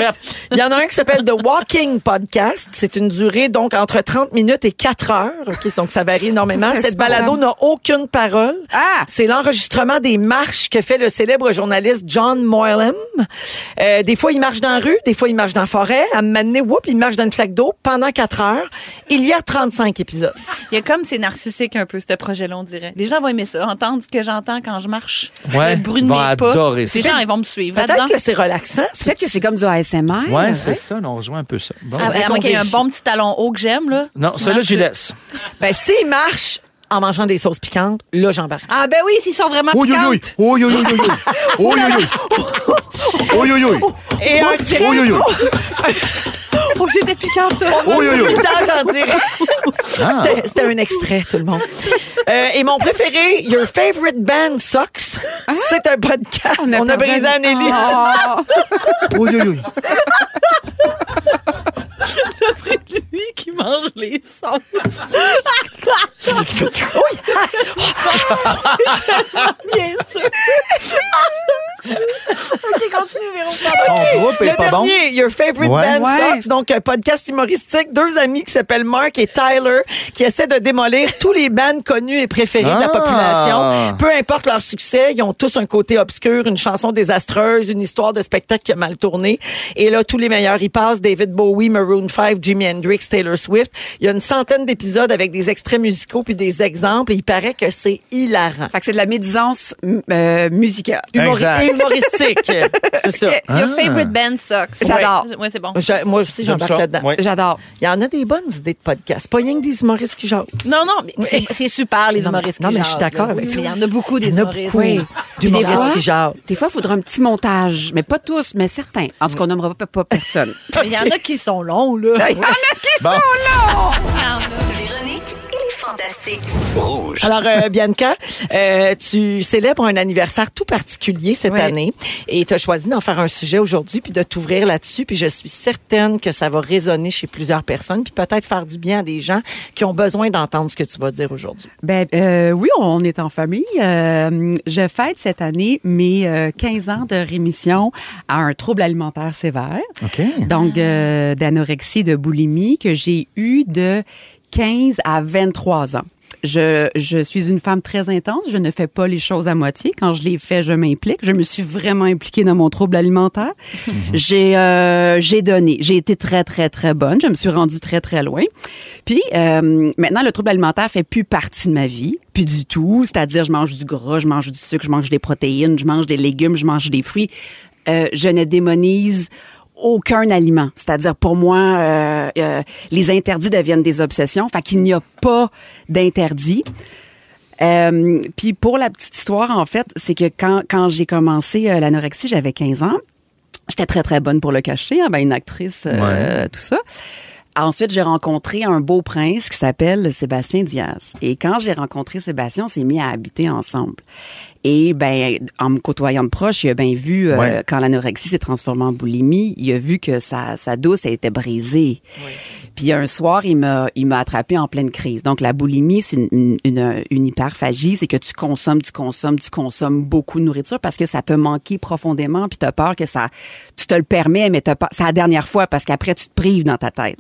Il y en a un qui s'appelle The Walking Podcast. C'est une durée donc entre 30 minutes et 4 heures. OK, donc ça varie énormément.
C'est
Cette
insupportable.
balado n'a aucune parole.
Ah!
C'est l'enregistrement des marches que fait le célèbre journaliste John Moylan. Euh, des fois, il marche dans la rue, des fois, il marche dans la forêt. À un moment donné, whoop, il marche dans une flaque d'eau pendant 4 heures. Il y a 35 épisodes.
Il y a comme c'est narcissique un peu ce projet-là, on dirait. Les gens vont aimer ça, entendre ce que j'entends quand je marche.
Ouais,
le bruit de
ils
mes
vont
pas.
adorer ça.
Les gens, ils vont me suivre.
Peut-être que c'est
relaxant.
Peut-être que ben c'est comme du ASMR.
Ah
Ouais, c'est ça, on rejoint un peu ça. Bon.
Ah, à moins qu'il y ait un bon petit talon haut que j'aime, là.
Non,
Qui
ça là,
marche,
j'y laisse.
Ben, s'il marche en mangeant des sauces piquantes, là, j'embarque.
Ah, ben oui, s'ils sont vraiment
Oh, yo, yo,
piquantes.
oh, yo, yo, yo, yo. Oh, yo, yo. Oh, yo, yo.
Et un
Oh, yo, yo.
Oh, c'était piquant, ça.
Oh, yo, yo.
Putain, j'en dirais.
Ah.
C'était- C'était un extrait, tout le monde. Euh, et mon préféré, Your Favorite Band Sucks. C'est un podcast. Ah. On a, brisé Anneli.
Oh, yo, yo.
Lui qui mange les sauces.
Oui.
Bien sûr. OK, continue, Véro.
Ton groupe est
Le
pas bon.
dernier, Your Favorite
Ouais.
Band
Ouais.
Sucks, donc un podcast humoristique, deux amis qui s'appellent Mark et Tyler, qui essaient de démolir tous les bands connus et préférés de la
Ah.
population. Peu importe leur succès, ils ont tous un côté obscur, une chanson désastreuse, une histoire de spectacle qui a mal tourné. Et là, tous les meilleurs y passent, David Bowie, Maroon 5, Jimi Hendrix, Taylor Swift. Il y a une centaine d'épisodes avec des extraits musicaux puis des exemples, et il paraît que c'est hilarant.
Fait que c'est de la médisance m- euh, musicale.
Humori- humoristique, c'est ça.
Your
Ah.
favorite band sucks.
J'adore.
Ouais, c'est bon.
Je- moi aussi,
J'aime
j'embarque
ça,
dedans.
oui.
J'adore.
Il y en a des bonnes idées de podcast. Pas rien que des humoristes qui jasent.
Non, non, mais c'est- c'est super, les
Non, mais-
humoristes.
non,
qui
mais je suis
jasent,
d'accord
là.
avec
Oui,
toi.
mais Il y en a beaucoup des
Il y en a
humoristes.
beaucoup.
Puis des
D'humoristes
fois-
qui jasent.
Des fois, il faudra un petit montage, mais pas tous, mais certains. En tout cas, on nommera pas, pas personne.
Mais Il y en a qui sont longs, là.
Il y en a qui
Bon.
Véronique et les Fantastiques.
Alors, euh, Bianca, euh, tu célèbres un anniversaire tout particulier cette année et tu as choisi d'en faire un sujet aujourd'hui puis de t'ouvrir là-dessus. Puis je suis certaine que ça va résonner chez plusieurs personnes puis peut-être faire du bien à des gens qui ont besoin d'entendre ce que tu vas dire aujourd'hui.
Ben euh, oui, on est en famille. Euh, je fête cette année mes euh, 15 ans de rémission à un trouble alimentaire sévère. Donc euh, d'anorexie, de boulimie que j'ai eu de 15 à 23 ans. Je, je suis une femme très intense. Je ne fais pas les choses à moitié. Quand je les fais, je m'implique. Je me suis vraiment impliquée dans mon trouble alimentaire. j'ai euh, j'ai donné. J'ai été très très très bonne. Je me suis rendue très très loin. Puis euh, maintenant, le trouble alimentaire fait plus partie de ma vie, plus du tout. C'est-à-dire, je mange du gras, je mange du sucre, je mange des protéines, je mange des légumes, je mange des fruits. Euh, je ne démonise
aucun aliment. C'est-à-dire, pour moi, euh, euh, les interdits deviennent des obsessions. Fait qu'il n'y a pas d'interdit. Euh, puis pour la petite histoire, en fait, c'est que quand, quand j'ai commencé euh, l'anorexie, j'avais 15 ans. J'étais très, très bonne pour le cacher, hein, ben, une actrice, euh, tout ça. Ensuite, j'ai rencontré un beau prince qui s'appelle Sébastien Diaz. Et quand j'ai rencontré Sébastien, on s'est mis à habiter ensemble. Et ben, en me côtoyant de proche, il a bien vu euh,
Ouais.
quand l'anorexie s'est transformée en boulimie, il a vu que sa, sa douce elle était brisée. Puis un soir, il m'a il m'a attrapé en pleine crise. Donc la boulimie, c'est une, une, une- une hyperphagie, c'est que tu consommes, tu consommes, tu consommes beaucoup de nourriture parce que ça te manquait profondément, puis tu as peur que ça, tu te le permets, mais t'as pas- c'est la dernière fois parce qu'après tu te prives dans ta tête.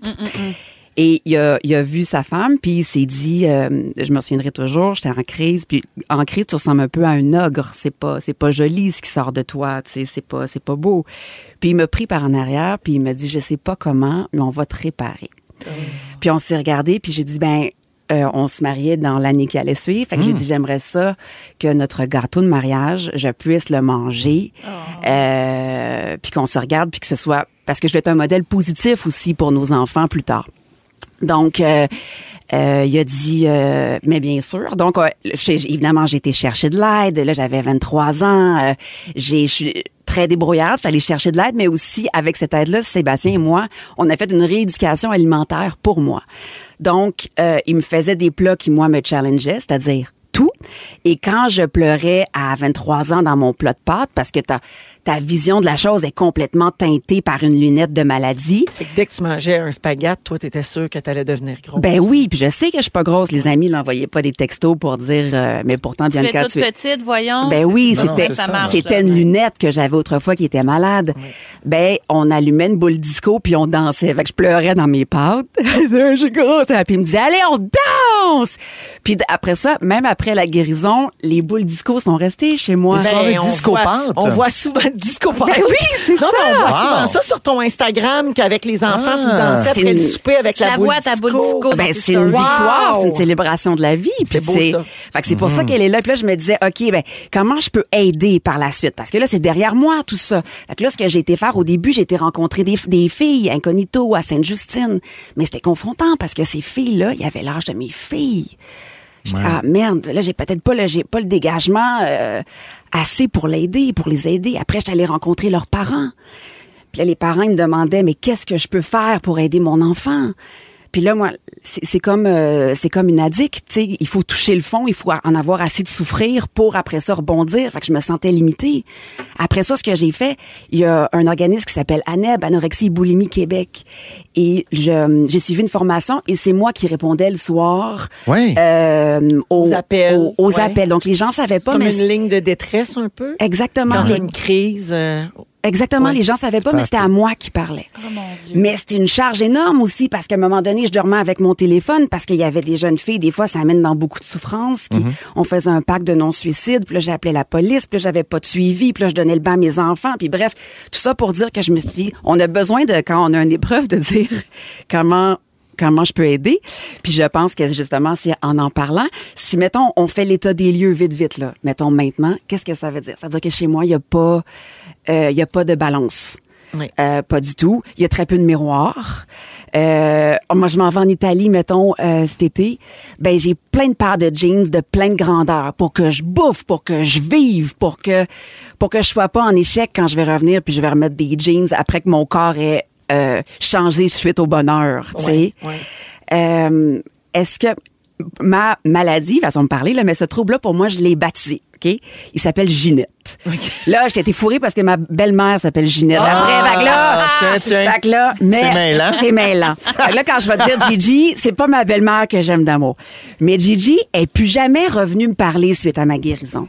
Et il a, il a vu sa femme, puis il s'est dit, euh, je me souviendrai toujours, j'étais en crise, puis en crise, tu ressembles un peu à un ogre, c'est pas, c'est pas joli ce qui sort de toi, tu sais, c'est pas, c'est pas beau. Puis il m'a pris par en arrière, puis il m'a dit, je sais pas comment, mais on va te réparer. Puis on s'est regardé, puis j'ai dit, ben, euh, on se mariait dans l'année qui allait suivre. Fait que j'ai dit, j'aimerais ça que notre gâteau de mariage, je puisse le manger, euh, puis qu'on se regarde, puis que ce soit... Parce que je vais être un modèle positif aussi pour nos enfants plus tard. Donc, euh, euh, il a dit, euh, mais bien sûr. Donc, euh, j'ai- j'ai- évidemment, j'ai été chercher de l'aide. Là, j'avais 23 ans. Euh, j'ai, je suis très débrouillarde. J'étais allée chercher de l'aide, mais aussi avec cette aide-là, Sébastien et moi, on a fait une rééducation alimentaire pour moi. Donc, euh, il me faisait des plats qui, moi, me challengeaient, c'est-à-dire tout. Et quand je pleurais à 23 ans dans mon plat de pâtes, parce que ta, ta vision de la chose est complètement teintée par une lunette de maladie.
Dès que tu mangeais un spaghette, toi, t'étais sûr que t'allais devenir gros.
Ben oui, puis je sais que je suis pas grosse, les amis, n'envoyez pas des textos pour dire euh, mais pourtant
Tu
bien
es
que
toute
tu es-
petite, voyons.
Ben oui,
C'est- c'est-
c'était
ça marche,
c'était
là.
une lunette que j'avais autrefois qui était malade. Ben on allumait une boule disco puis on dansait, fait que je pleurais dans mes pattes. je suis grosse, puis il me disait allez on danse. Puis d- après ça, même après la guérison, les boules disco sont restées chez moi.
Ben, on voit- On voit souvent disco
Ben oui, c'est
Non,
ça.
mais on voit
Wow.
souvent ça sur ton Instagram qu'avec les enfants,
Ah.
vous dansez
C'est
après
une-
le souper avec
Je
la,
la
boule
vois, ta boule disco. Ben, c'est une
Wow.
victoire, c'est une célébration de la vie. Puis
C'est beau,
c'est-
ça.
Fait que c'est pour ça
Mhm.
qu'elle est là. Puis là, je me disais, OK, ben, comment je peux aider par la suite? Parce que là, c'est derrière moi, tout ça. Fait que là, ce que j'ai été faire au début, j'ai été rencontrer des, des filles incognito à Sainte-Justine. Mais c'était confrontant parce que ces filles-là, il y avait l'âge de mes filles. J'étais,
Ouais.
ah merde, là, j'ai peut-être pas le, j'ai pas le dégagement euh, assez pour l'aider, pour les aider. Après, j'étais allée rencontrer leurs parents. Puis là, les parents, ils me demandaient, mais qu'est-ce que je peux faire pour aider mon enfant? Puis là, moi, c'est c'est comme, euh, c'est comme une addict, tu sais. Il faut toucher le fond, il faut en avoir assez de souffrir pour après ça rebondir. Fait que je me sentais limitée. Après ça, ce que j'ai fait, il y a un organisme qui s'appelle ANEB, Anorexie et Boulimie Québec. Et je- j'ai suivi une formation et c'est moi qui répondais le soir
Ouais.
euh, aux,
appels,
aux- aux
ouais.
appels. Donc, les gens savaient pas,
Comme
mais...
une ligne de détresse un peu.
Exactement.
Quand
Les-
t'as une crise. euh,
Exactement,
ouais.
les gens savaient pas, mais c'était à moi qui parlais. Mais c'était une charge énorme aussi parce qu'à un moment donné, je dormais avec mon téléphone parce qu'il y avait des jeunes filles, des fois, ça amène dans beaucoup de souffrance. qui- On faisait un pacte de non-suicide, puis là, j'appelais la police, puis là, j'avais pas de suivi, puis là, je donnais le bain à mes enfants, puis bref, tout ça pour dire que je me suis dit, on a besoin de, quand on a une épreuve, de dire comment comment je peux aider. Puis je pense que justement, c'est en en parlant, si, mettons, on fait l'état des lieux vite, vite, là, mettons maintenant, qu'est-ce que ça veut dire? Ça veut dire que chez moi, il n'y a, pas, euh, il y a pas de balance. Euh, pas du tout. Il y a très peu de miroirs. Euh, moi, je m'en vais en Italie, mettons, euh, cet été. Ben, j'ai plein de paires de jeans de plein de grandeur pour que je bouffe, pour que je vive, pour que pour que je sois pas en échec quand je vais revenir, puis je vais remettre des jeans après que mon corps ait euh, changé suite au bonheur. tu sais. Euh, Est-ce que ma maladie, façon de parler, là, mais ce trouble-là, pour moi, je l'ai baptisé. OK? Il s'appelle Ginette. Là, j'ai été fourrée parce que ma belle-mère s'appelle Ginette. Après, fait que là,
tiens, tiens.
fait que là, mais
Ah! C'est mêlant.
c'est mêlant. Fait que là, quand je vais te dire Gigi, c'est pas ma belle-mère que j'aime d'amour. Mais Gigi est plus jamais revenue me parler suite à ma guérison.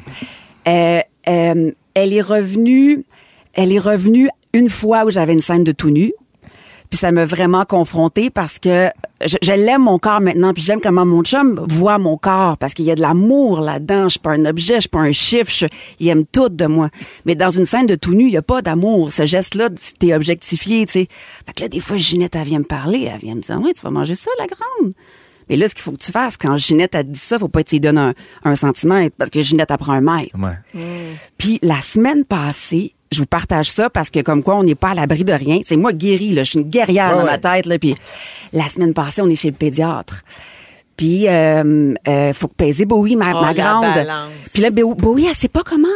Euh, euh, elle est revenue, elle est revenue une fois où j'avais une scène de tout nu. Puis ça m'a vraiment confrontée parce que je, je l'aime mon corps maintenant, puis j'aime comment mon chum voit mon corps parce qu'il y a de l'amour là-dedans. Je suis pas un objet, je suis pas un chiffre, je- il aime tout de moi. Mais dans une scène de tout nu, il y a pas d'amour. Ce geste-là, t'es objectifié, tu sais. Fait que là, des fois, Ginette, elle vient me parler, elle vient me dire, oui, tu vas manger ça, la grande. Mais là, ce qu'il faut que tu fasses, quand Ginette a dit ça, faut pas que tu lui donnes un, un centimètre parce que Ginette, elle prend un mètre. Puis la semaine passée, je vous partage ça parce que comme quoi on n'est pas à l'abri de rien. C'est moi guérie là, je suis une guerrière
Ouais,
dans ma
ouais.
tête là. Puis la semaine passée, on est chez le pédiatre. Puis euh, euh, faut que peser Bowie, ma,
Oh, la
ma grande.
balance.
Puis là, Bo- Bowie, elle sait pas comment.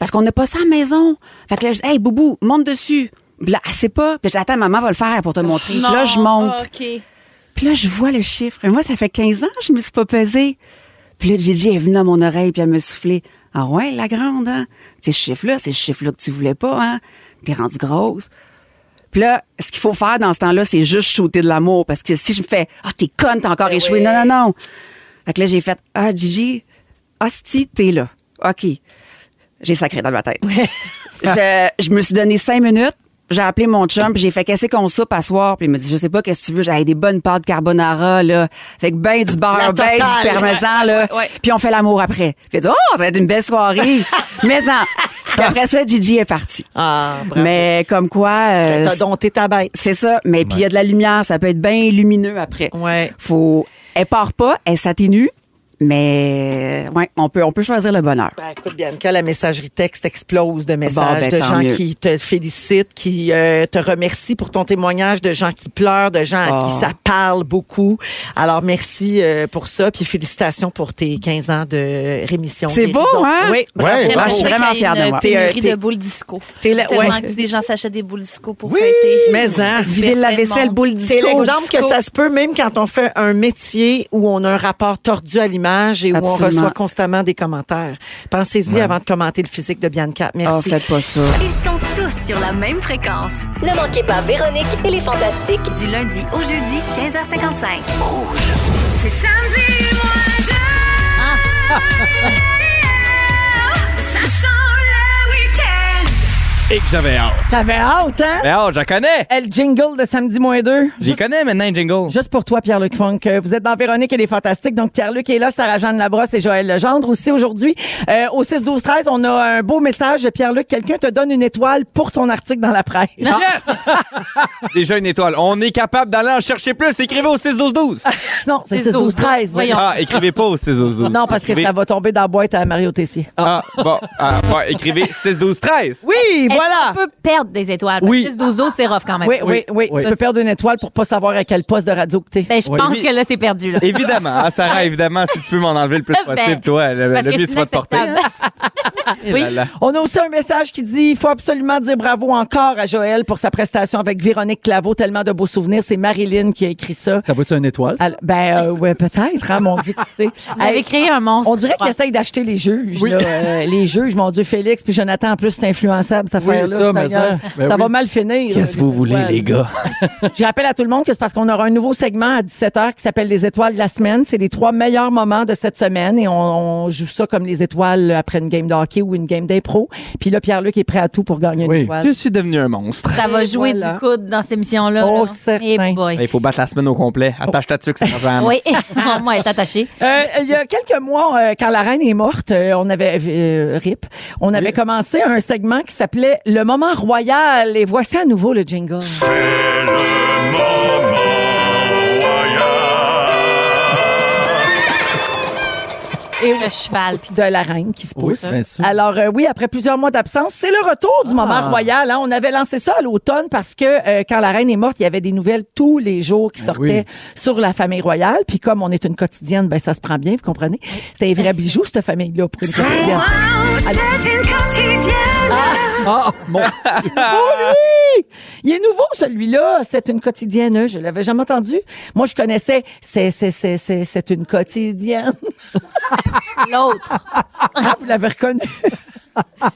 Parce qu'on n'a pas ça à la maison. Fait que là, je dis, hey, Boubou, monte dessus. Puis là, elle sait pas. Puis j'attends, maman va le faire pour te montrer. Puis là, je monte.
OK.
Puis là, je vois le chiffre. Et moi, ça fait 15 ans que je me suis pas pesée. Puis là, Gigi est venue à mon oreille, puis elle me soufflé. Ah ouais, la grande, hein? Ces chiffres-là, c'est le chiffre-là que tu voulais pas, hein? T'es rendue grosse. Puis là, ce qu'il faut faire dans ce temps-là, c'est juste shooter de l'amour. Parce que si je me fais, ah, t'es conne, t'as
Ben
encore échoué. Non, non, non. Fait que là, j'ai fait, ah, Gigi, hostie, t'es là. OK. J'ai sacré dans ma tête. je, je me suis donné cinq minutes. J'ai appelé mon chum, puis j'ai fait qu'est-ce qu'on soupe à soir, puis il m'a dit je sais pas qu'est-ce que tu veux, j'avais des bonnes pâtes carbonara là, avec ben du
La
beurre, ben
totale.
du parmesan là,
Ouais, ouais.
puis on fait l'amour après. Puis il a dit oh ça va être une belle soirée, mais en. Puis après ça Gigi est parti. mais comme quoi euh,
Ah, T'as dompté ta bête.
C'est ça, mais puis il y a de la lumière, ça peut être bien lumineux après.
Ouais.
Faut elle part pas, elle s'atténue, mais ouais, on peut on peut choisir le bonheur.
Ben, écoute, Bianca, la messagerie texte explose de messages
Bon, ben,
de
tant
gens
mieux.
qui te félicitent, qui euh, te remercient pour ton témoignage, de gens qui pleurent, de gens à
Oh.
qui ça parle beaucoup. Alors, merci euh, pour ça, puis félicitations pour tes 15 ans de rémission.
C'est
guérison.
beau, hein?
Oui, bravo.
Ouais,
J'aimerais
je suis
ça
vraiment
qu'il y ait
fière de
une
moi.
pénurie
T'es- euh, t'es-
de boules disco.
t'es là-
Tellement
ouais.
que des gens s'achètent des boules disco pour fêter.
Mais hein,
Vider le lavait-vaisselle, boule disco.
C'est l'exemple que
Disco.
ça se peut même quand on fait un métier où on a un rapport tordu à l'image et où on
Absolument.
reçoit constamment des commentaires. Pensez-y avant de commenter le physique de Bianca. Merci.
Oh, faites pas ça.
Ils sont tous sur la même fréquence. Ne manquez pas Véronique et les Fantastiques du lundi au jeudi 15h55. Rouge. C'est samedi
Ça sent le week-end.
Et que j'avais hâte.
T'avais hâte, hein?
Ben hâte, je la connais.
Elle jingle de samedi moins 2.
J'y connais maintenant, un jingle.
Juste pour toi, Pierre-Luc Funk. Euh, Vous êtes dans Véronique et les Fantastiques. Donc, Pierre-Luc est là, Sarah-Jeanne Labrosse et Joël Legendre aussi aujourd'hui. Euh, au 6-12-13, on a un beau message. Pierre-Luc, quelqu'un te donne une étoile pour ton article dans la presse.
Yes! Déjà une étoile. On est capable d'aller en chercher plus. Écrivez au 6-12-12.
Ah.
non, c'est 6-12-13. voyons.
Ah, écrivez pas au 6-12-12.
Ah.
Non, parce que
Écrivez-
ça va tomber dans la boîte à Mario Tessier.
Ah, bon. Ah, bon, écrivez 6-12-13.
Oui, voilà.
On peut perdre des étoiles.
Oui.
12-12, c'est rough quand même.
Oui, oui, oui.
Oui.
Tu peux perdre une étoile pour pas savoir à quel poste de radio que t'es.
Ben, je
Oui.
pense
Oui.
que là, c'est perdu. là.
Évidemment, hein, Sarah, évidemment, si tu peux m'en enlever le plus
Ben,
possible, toi, le,
parce
le
que
mieux
c'est
tu vas te porter.
inacceptable.
Eh là là.
On a aussi un message qui dit il faut absolument dire bravo encore à Joël pour sa prestation avec Véronique Claveau. Tellement de beaux souvenirs. C'est Marilyn qui a écrit ça.
Ça vaut-tu une étoile?
Ah,
ça?
Alors, ben, euh, ouais, peut-être, hein, mon Dieu, qui sait.
Vous avez créé un monstre.
On dirait
je
qu'il essaye d'acheter les juges, là, euh, les juges, mon Dieu, Félix, puis Jonathan, en plus, c'est influençable, cette
Oui,
affaire-là.
ça, mais
Seigneur.
ça, ben
Ça
oui.
va mal finir.
Qu'est-ce que vous voulez, les gars?
Je rappelle à tout le monde que c'est parce qu'on aura un nouveau segment à 17h qui s'appelle Les étoiles de la semaine. C'est les trois meilleurs moments de cette semaine et on, on joue ça comme les étoiles après une game de hockey ou une game d'impro. Puis là, Pierre-Luc est prêt à tout pour gagner une
Oui.
étoile.
Je suis devenu un monstre.
Ça va jouer
Voilà.
du coude dans cette émission-là.
Oh,
là. Eh boy.
Il faut battre la semaine au complet. Attache ta tuque, Sarah.
Oui, mon moi est attaché.
Euh, il y a quelques mois, euh, quand la reine est morte, euh, on avait euh, rip, on avait commencé un segment qui s'appelait le moment royal. Et voici à nouveau le jingle. Et le cheval puis de la reine qui se
Oui,
pousse.
bien sûr. Ah.
Alors euh, oui, après plusieurs mois d'absence, c'est le retour du moment royal. hein. On avait lancé ça à l'automne parce que euh, quand la reine est morte, il y avait des nouvelles tous les jours
Ah
qui sortaient sur la famille royale. Puis comme on est une quotidienne, ben ça se prend bien, vous comprenez. C'était un vrai bijou cette famille-là pour une quotidienne.
C'est une quotidienne.
Ah, mon Dieu. Oh, lui! Il est nouveau, celui-là. C'est une quotidienne. Je l'avais jamais entendu. Moi, je connaissais c'est, c'est, c'est, c'est, c'est une quotidienne.
L'autre.
Ah, vous l'avez reconnu.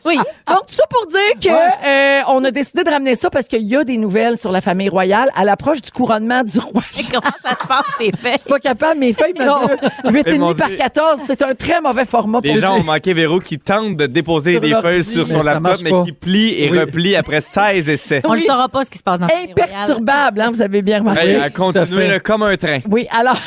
Oui.
Donc, tout ça pour dire que euh, on a décidé de ramener ça parce qu'il y a des nouvelles sur la famille royale à l'approche du couronnement du roi.
Comment ça se passe, ces feuilles?
Je suis pas capable, mes feuilles
Non.
mesurent 8
Mais
et
Eh mon
demi par
Dieu.
14. C'est un très mauvais format pour
Les gens ont manqué Véro qui tente de déposer
Sur
des
leur
feuilles
vie,
sur
mais
son
ça
laptop,
marche
mais
pas.
qui plie et
Oui.
replie après 16 essais.
On ne saura pas ce qui se passe dans la famille royale.
Imperturbable, hein, vous avez bien remarqué.
Hey, à continuer là, comme un train.
Oui, alors,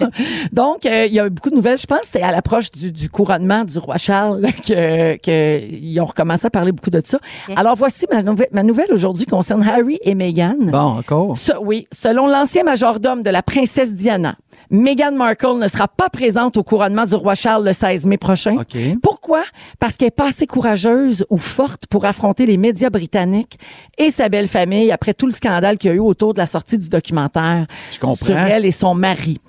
donc, euh, il y a eu beaucoup de nouvelles. Je pense que c'était à l'approche du, du couronnement du roi Charles là, que, que ils ont recommencé à parler beaucoup de ça. Alors, voici ma, nouvel- ma nouvelle aujourd'hui concerne Harry et Meghan.
Bon, encore.
Ce- oui, selon l'ancien majordome de la princesse Diana, Meghan Markle ne sera pas présente au couronnement du roi Charles le 16 mai prochain. Pourquoi? Parce qu'elle n'est pas assez courageuse ou forte pour affronter les médias britanniques et sa belle famille après tout le scandale qu'il y a eu autour de la sortie du documentaire
comprends.
sur elle et son mari.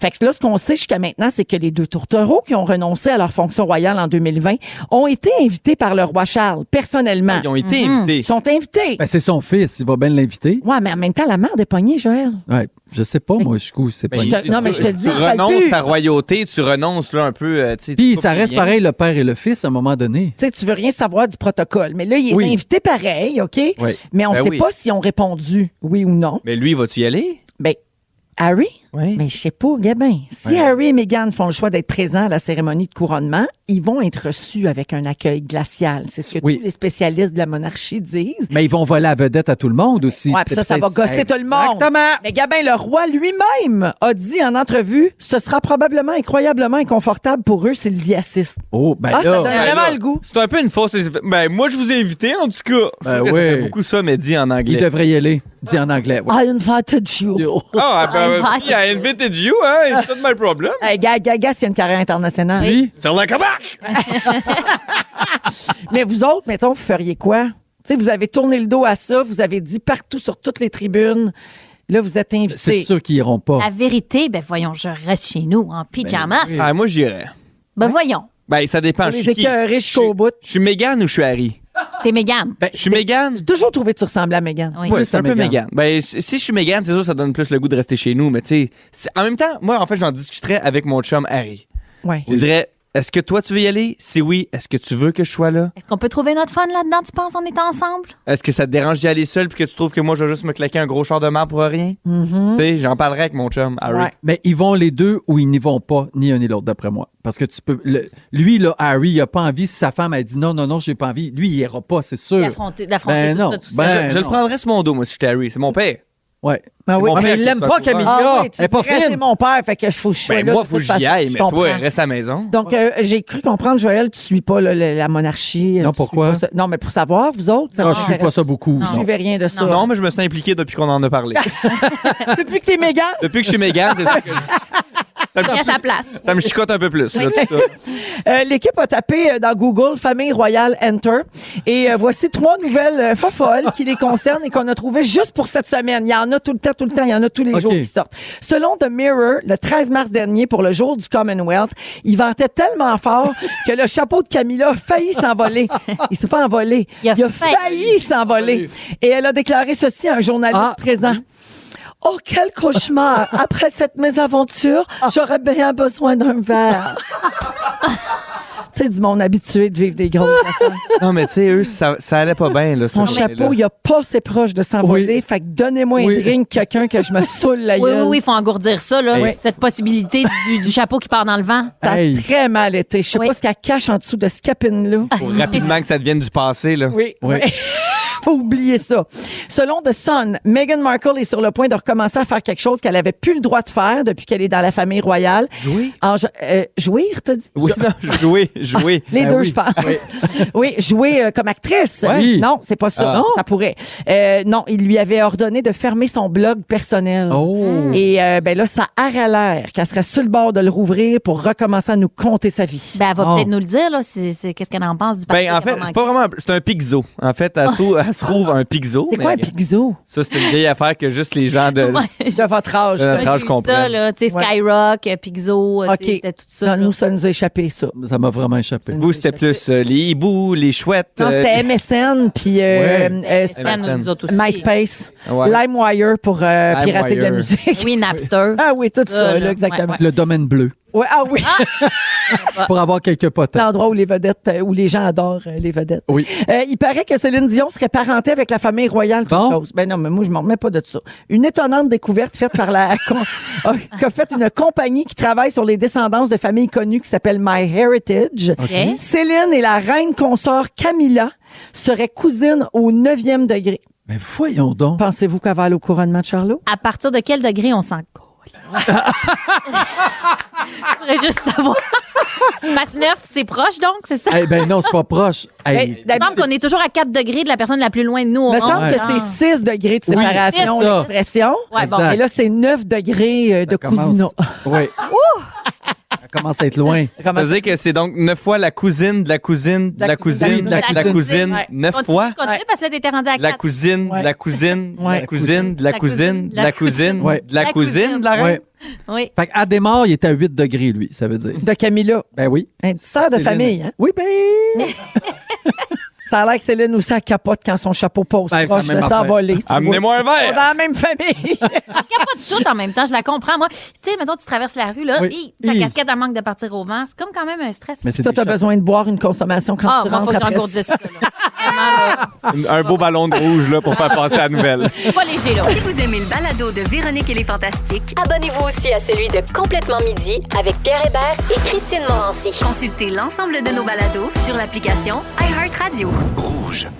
Fait que là, ce qu'on sait jusqu'à maintenant, c'est que les deux tourtereaux qui ont renoncé à leur fonction royale en 2020 ont été invités par le roi Charles personnellement.
Ils ont été invités.
Ils sont invités.
Ben, c'est son fils, il va bien l'inviter.
Ouais, mais en même temps, la mère est pognée, Joël.
Ouais, je sais pas, moi, jusqu'où c'est pas.
je te- non, mais je te le dis,
Tu
je parle
renonces
plus.
ta royauté, tu renonces là un peu. euh, tu sais,
Puis
t'es pas
ça
pour
reste
rien.
pareil, le père et le fils, à un moment donné.
Tu sais, tu veux rien savoir du protocole. Mais là, il est
Oui.
invité pareil, OK?
Oui.
Mais on ne
Ben
sait
oui.
pas s'ils ont répondu oui ou non.
Mais lui, vas-tu y aller?
Ben, Harry? Mais je sais pas, Gabin. Si Harry et Meghan font le choix d'être présents à la cérémonie de couronnement, ils vont être reçus avec un accueil glacial. C'est ce que
Oui.
tous les spécialistes de la monarchie disent.
Mais ils vont voler la vedette à tout le monde aussi.
Ouais, puis ça, ça va gosser tout le monde. Mais Gabin, le roi lui-même a dit en entrevue, ce sera probablement incroyablement inconfortable pour eux s'ils y assistent.
Oh, ben
Ah, ça
là.
donne
Ben
vraiment
là.
le goût.
C'est un peu une fausse. Ben, moi, je vous ai invité, en tout cas. Je
Ben
trouve que Ça
oui.
fait beaucoup ça, mais dit en anglais.
Il devrait y aller, dit en anglais. ouais.
I invited you.
Ah, ben,
Ah,
yeah, I invited you, hein? It's not my problem.
Hey, Gaga, Gaga, c'est une carrière internationale.
Sur le Québec!
Mais vous autres, mettons, vous feriez quoi? Tu sais, vous avez tourné le dos à ça, vous avez dit partout sur toutes les tribunes. Là, vous êtes invités.
C'est sûr qu'ils iront pas.
La vérité, ben voyons, je reste chez nous en pyjamas. Ben,
Ah, moi, j'irais.
voyons,
Ben, ça dépend.
Pour
je
les
suis qui?
écœurer jusqu'au bout.
Je suis Mégane ou je suis Harry?
t'es Mégane.
Ben,
je suis Mégane.
J'ai toujours trouvé que tu ressembles à Megan.
Oui.
Ouais, c'est un peu Mégane. Ben, si si je suis Mégane, c'est sûr, ça donne plus le goût de rester chez nous. Mais, tu sais, c'est- en même temps, moi, en fait, j'en discuterais avec mon chum Harry.
Ouais.
Je dirais, est-ce que toi, tu veux y aller? Si oui, est-ce que tu veux que je sois là?
Est-ce qu'on peut trouver notre fun là-dedans, tu penses, en étant ensemble?
Est-ce que ça te dérange d'y aller seul puis que tu trouves que moi, je vais juste me claquer un gros char de marbre pour rien?
Mm-hmm.
Mhm.
Tu sais, j'en parlerai avec mon chum Harry.
Ouais.
Mais ils vont les deux ou ils n'y vont pas, ni un ni l'autre, d'après moi. Parce que tu peux. le- lui, là, Harry, il a pas envie. Si sa femme a dit non, non, non, j'ai pas envie, lui, il ira pas, c'est sûr.
D'affronter- d'affronter
ben
tout
non,
ça tout
ben
je, je le
non.
prendrais sur mon dos, moi, si j'étais Harry. C'est mon père.
Ouais.
Ah oui.
Mon
Ah, mais
père
il
qui
l'aime
se
pas,
fait
Camilla.
Ah oui, tu
elle est pas
dirais,
fine.
C'est mon père, fait que je faut que je sois
Ben,
là,
moi,
de
faut que
toute
j'y
façon.
aille,
Je
mais toi,
comprends.
reste à la maison.
Donc, euh, j'ai cru comprendre, Joël, tu suis pas là, le- la monarchie.
Non,
tu suis
pourquoi?
pas ça. Non, mais pour savoir, vous autres, ça
Ah,
ne
je suis pas ça beaucoup.
Vous suivez rien de ça.
Non. mais je me sens impliqué depuis qu'on en a parlé.
Depuis que t'es Mégane,
depuis que je suis Mégane, c'est sûr que ça,
Bien à
me,
sa place.
ça me chicote un peu plus. là, tout ça.
Euh, L'équipe a tapé euh, dans Google Famille Royale Enter. Et euh, voici trois nouvelles euh, fofolles qui les concernent et qu'on a trouvées juste pour cette semaine. Il y en a tout le temps, tout le temps. Il y en a tous les
OK.
jours qui sortent. Selon The Mirror, le 13 mars dernier, pour le jour du Commonwealth, il ventait tellement fort que le chapeau de Camilla a failli s'envoler. Il s'est pas envolé. Il a, failli, s'envoler. Et elle a déclaré ceci à un journaliste
Ah.
présent. Oh, quel cauchemar! Après cette mésaventure,
Ah.
j'aurais bien besoin d'un verre. Tu sais, du monde habitué de vivre des grosses affaires.
non, mais tu sais, eux, ça, ça allait pas bien. Là,
Son chapeau, il a pas ses proches de s'envoler. Fait que donnez-moi
Oui.
un drink, quelqu'un, que je me saoule la
Oui, oui,
gueule.
oui, il faut engourdir ça, là,
Oui.
cette possibilité du, du chapeau qui part dans le vent.
Ça a
Hey.
très mal été. Je sais
Oui.
pas ce qu'elle cache en dessous de ce capine-là.
Pour rapidement que ça devienne du passé. Là.
Oui.
Oui.
oui. Faut oublier ça. Selon The Sun, Meghan Markle est sur le point de recommencer à faire quelque chose qu'elle avait plus le droit de faire depuis qu'elle est dans la famille royale.
Jouer?
En jo- euh, jouir, t'as dit?
Oui, non, jouer, jouer.
Les
Ben
deux,
oui.
je pense. Oui, jouer euh, comme actrice.
Ouais.
Non, c'est pas ça.
Ah.
Non, ça pourrait. Euh, non, il lui avait ordonné de fermer son blog personnel.
Oh.
Et euh, ben là, ça a l'air qu'elle serait sur le bord de le rouvrir pour recommencer à nous compter sa vie.
Ben, elle va
Oh.
peut-être nous le dire, là, c'est, c'est- qu'est-ce qu'elle en pense du parti
Ben, en fait,
qu'elle va
c'est pas vraiment. un- C'est un pixo. En fait, elle, se- elle se trouve un pixo.
C'est quoi un pixo?
Oh, Ça, c'est une vieille affaire que juste les gens de. Euh,
manquer. Ouais.
De votre âge.
De notre
J'ai
âge
vu
comprend.
ça, là, tu sais,
Ouais.
Skyrock, euh, Pixo, euh, tu sais,
OK.
c'était tout ça.
Non,
là.
nous, ça nous a échappé, ça.
Euh,
Ça m'a vraiment échappé.
Vous, c'était plus euh, les hiboux, les chouettes.
Non,
euh,
c'était MSN, puis euh,
Ouais.
euh,
C'est pas nous, nous autres aussi.
MySpace,
Ouais.
LimeWire pour euh,
LimeWire.
pirater de la musique.
Oui, Napster.
Ah oui, tout ça,
Ça,
là,
là.
exactement.
Ouais,
Le domaine bleu.
Ouais, ah oui,
Pour avoir quelques potes.
Ah! l'endroit où les vedettes, euh, où les gens adorent euh, les vedettes.
Oui.
Euh, il paraît que Céline Dion serait parentée avec la famille royale, quelque
Bon.
chose. Ben non, mais moi, je m'en remets pas de ça. Une étonnante découverte faite par la... con- euh, qu'a faite une compagnie qui travaille sur les descendances de familles connues qui s'appelle My Heritage.
OK.
Céline et la reine consort Camilla seraient cousines au 9e degré.
Mais voyons donc.
Pensez-vous qu'elle va aller au couronnement de Charlot?
À partir de quel degré on s'en court? Je voudrais juste savoir. Masneuf, c'est proche donc, c'est ça?
Eh ben non, c'est pas proche. Hey,
Il me semble qu'on est toujours à 4 degrés de la personne la plus loin de nous.
Il me semble que c'est 6 degrés de
Ah, Oui,
séparation,
c'est ça. Ah.
l'expression.
Ouais, bon.
Et là, c'est 9 degrés euh, de cousino.
Oui.
Ça
commence à être loin.
Ça veut dire que c'est donc neuf fois la cousine de la cousine de la cousine de la cousine,
ouais.
neuf
Continue,
fois
Continue, parce que là, t'étais rendu à
de la
4.
cousine de la cousine de la cousine de la cousine de la cousine
Ouais.
de la cousine de la reine.
Oui.
Fait qu'à démarre, il est à 8 degrés, lui, ça veut dire.
De Camilla.
Ben oui.
Une sœur de
Céline.
famille. Hein?
Oui, ben.
ça a l'air que Céline aussi, elle capote quand son chapeau pose
Ben, c'est la
proche de
même affaire.
s'envoler. tu vois.
Amenez-moi un verre.
On est dans la même famille.
pas tout en même temps, je la comprends, moi. Tu sais, mettons, tu traverses la rue, là,
Oui.
hi, ta
Hi.
casquette, elle manque de partir au vent. C'est comme quand même un stress.
Toi, t'as besoin de boire une consommation quand
Ah,
tu
moi, faut
rentres
que j'en
après
gourdisse
ça.
ça, là. Vraiment, là.
Un beau ballon de rouge là pour faire passer la nouvelle.
Pas léger, là.
Si vous aimez le balado de Véronique et les Fantastiques, abonnez-vous aussi à celui de Complètement Midi avec Pierre Hébert et Christine Morancy. Consultez l'ensemble de nos balados sur l'application iHeartRadio.
Rouge.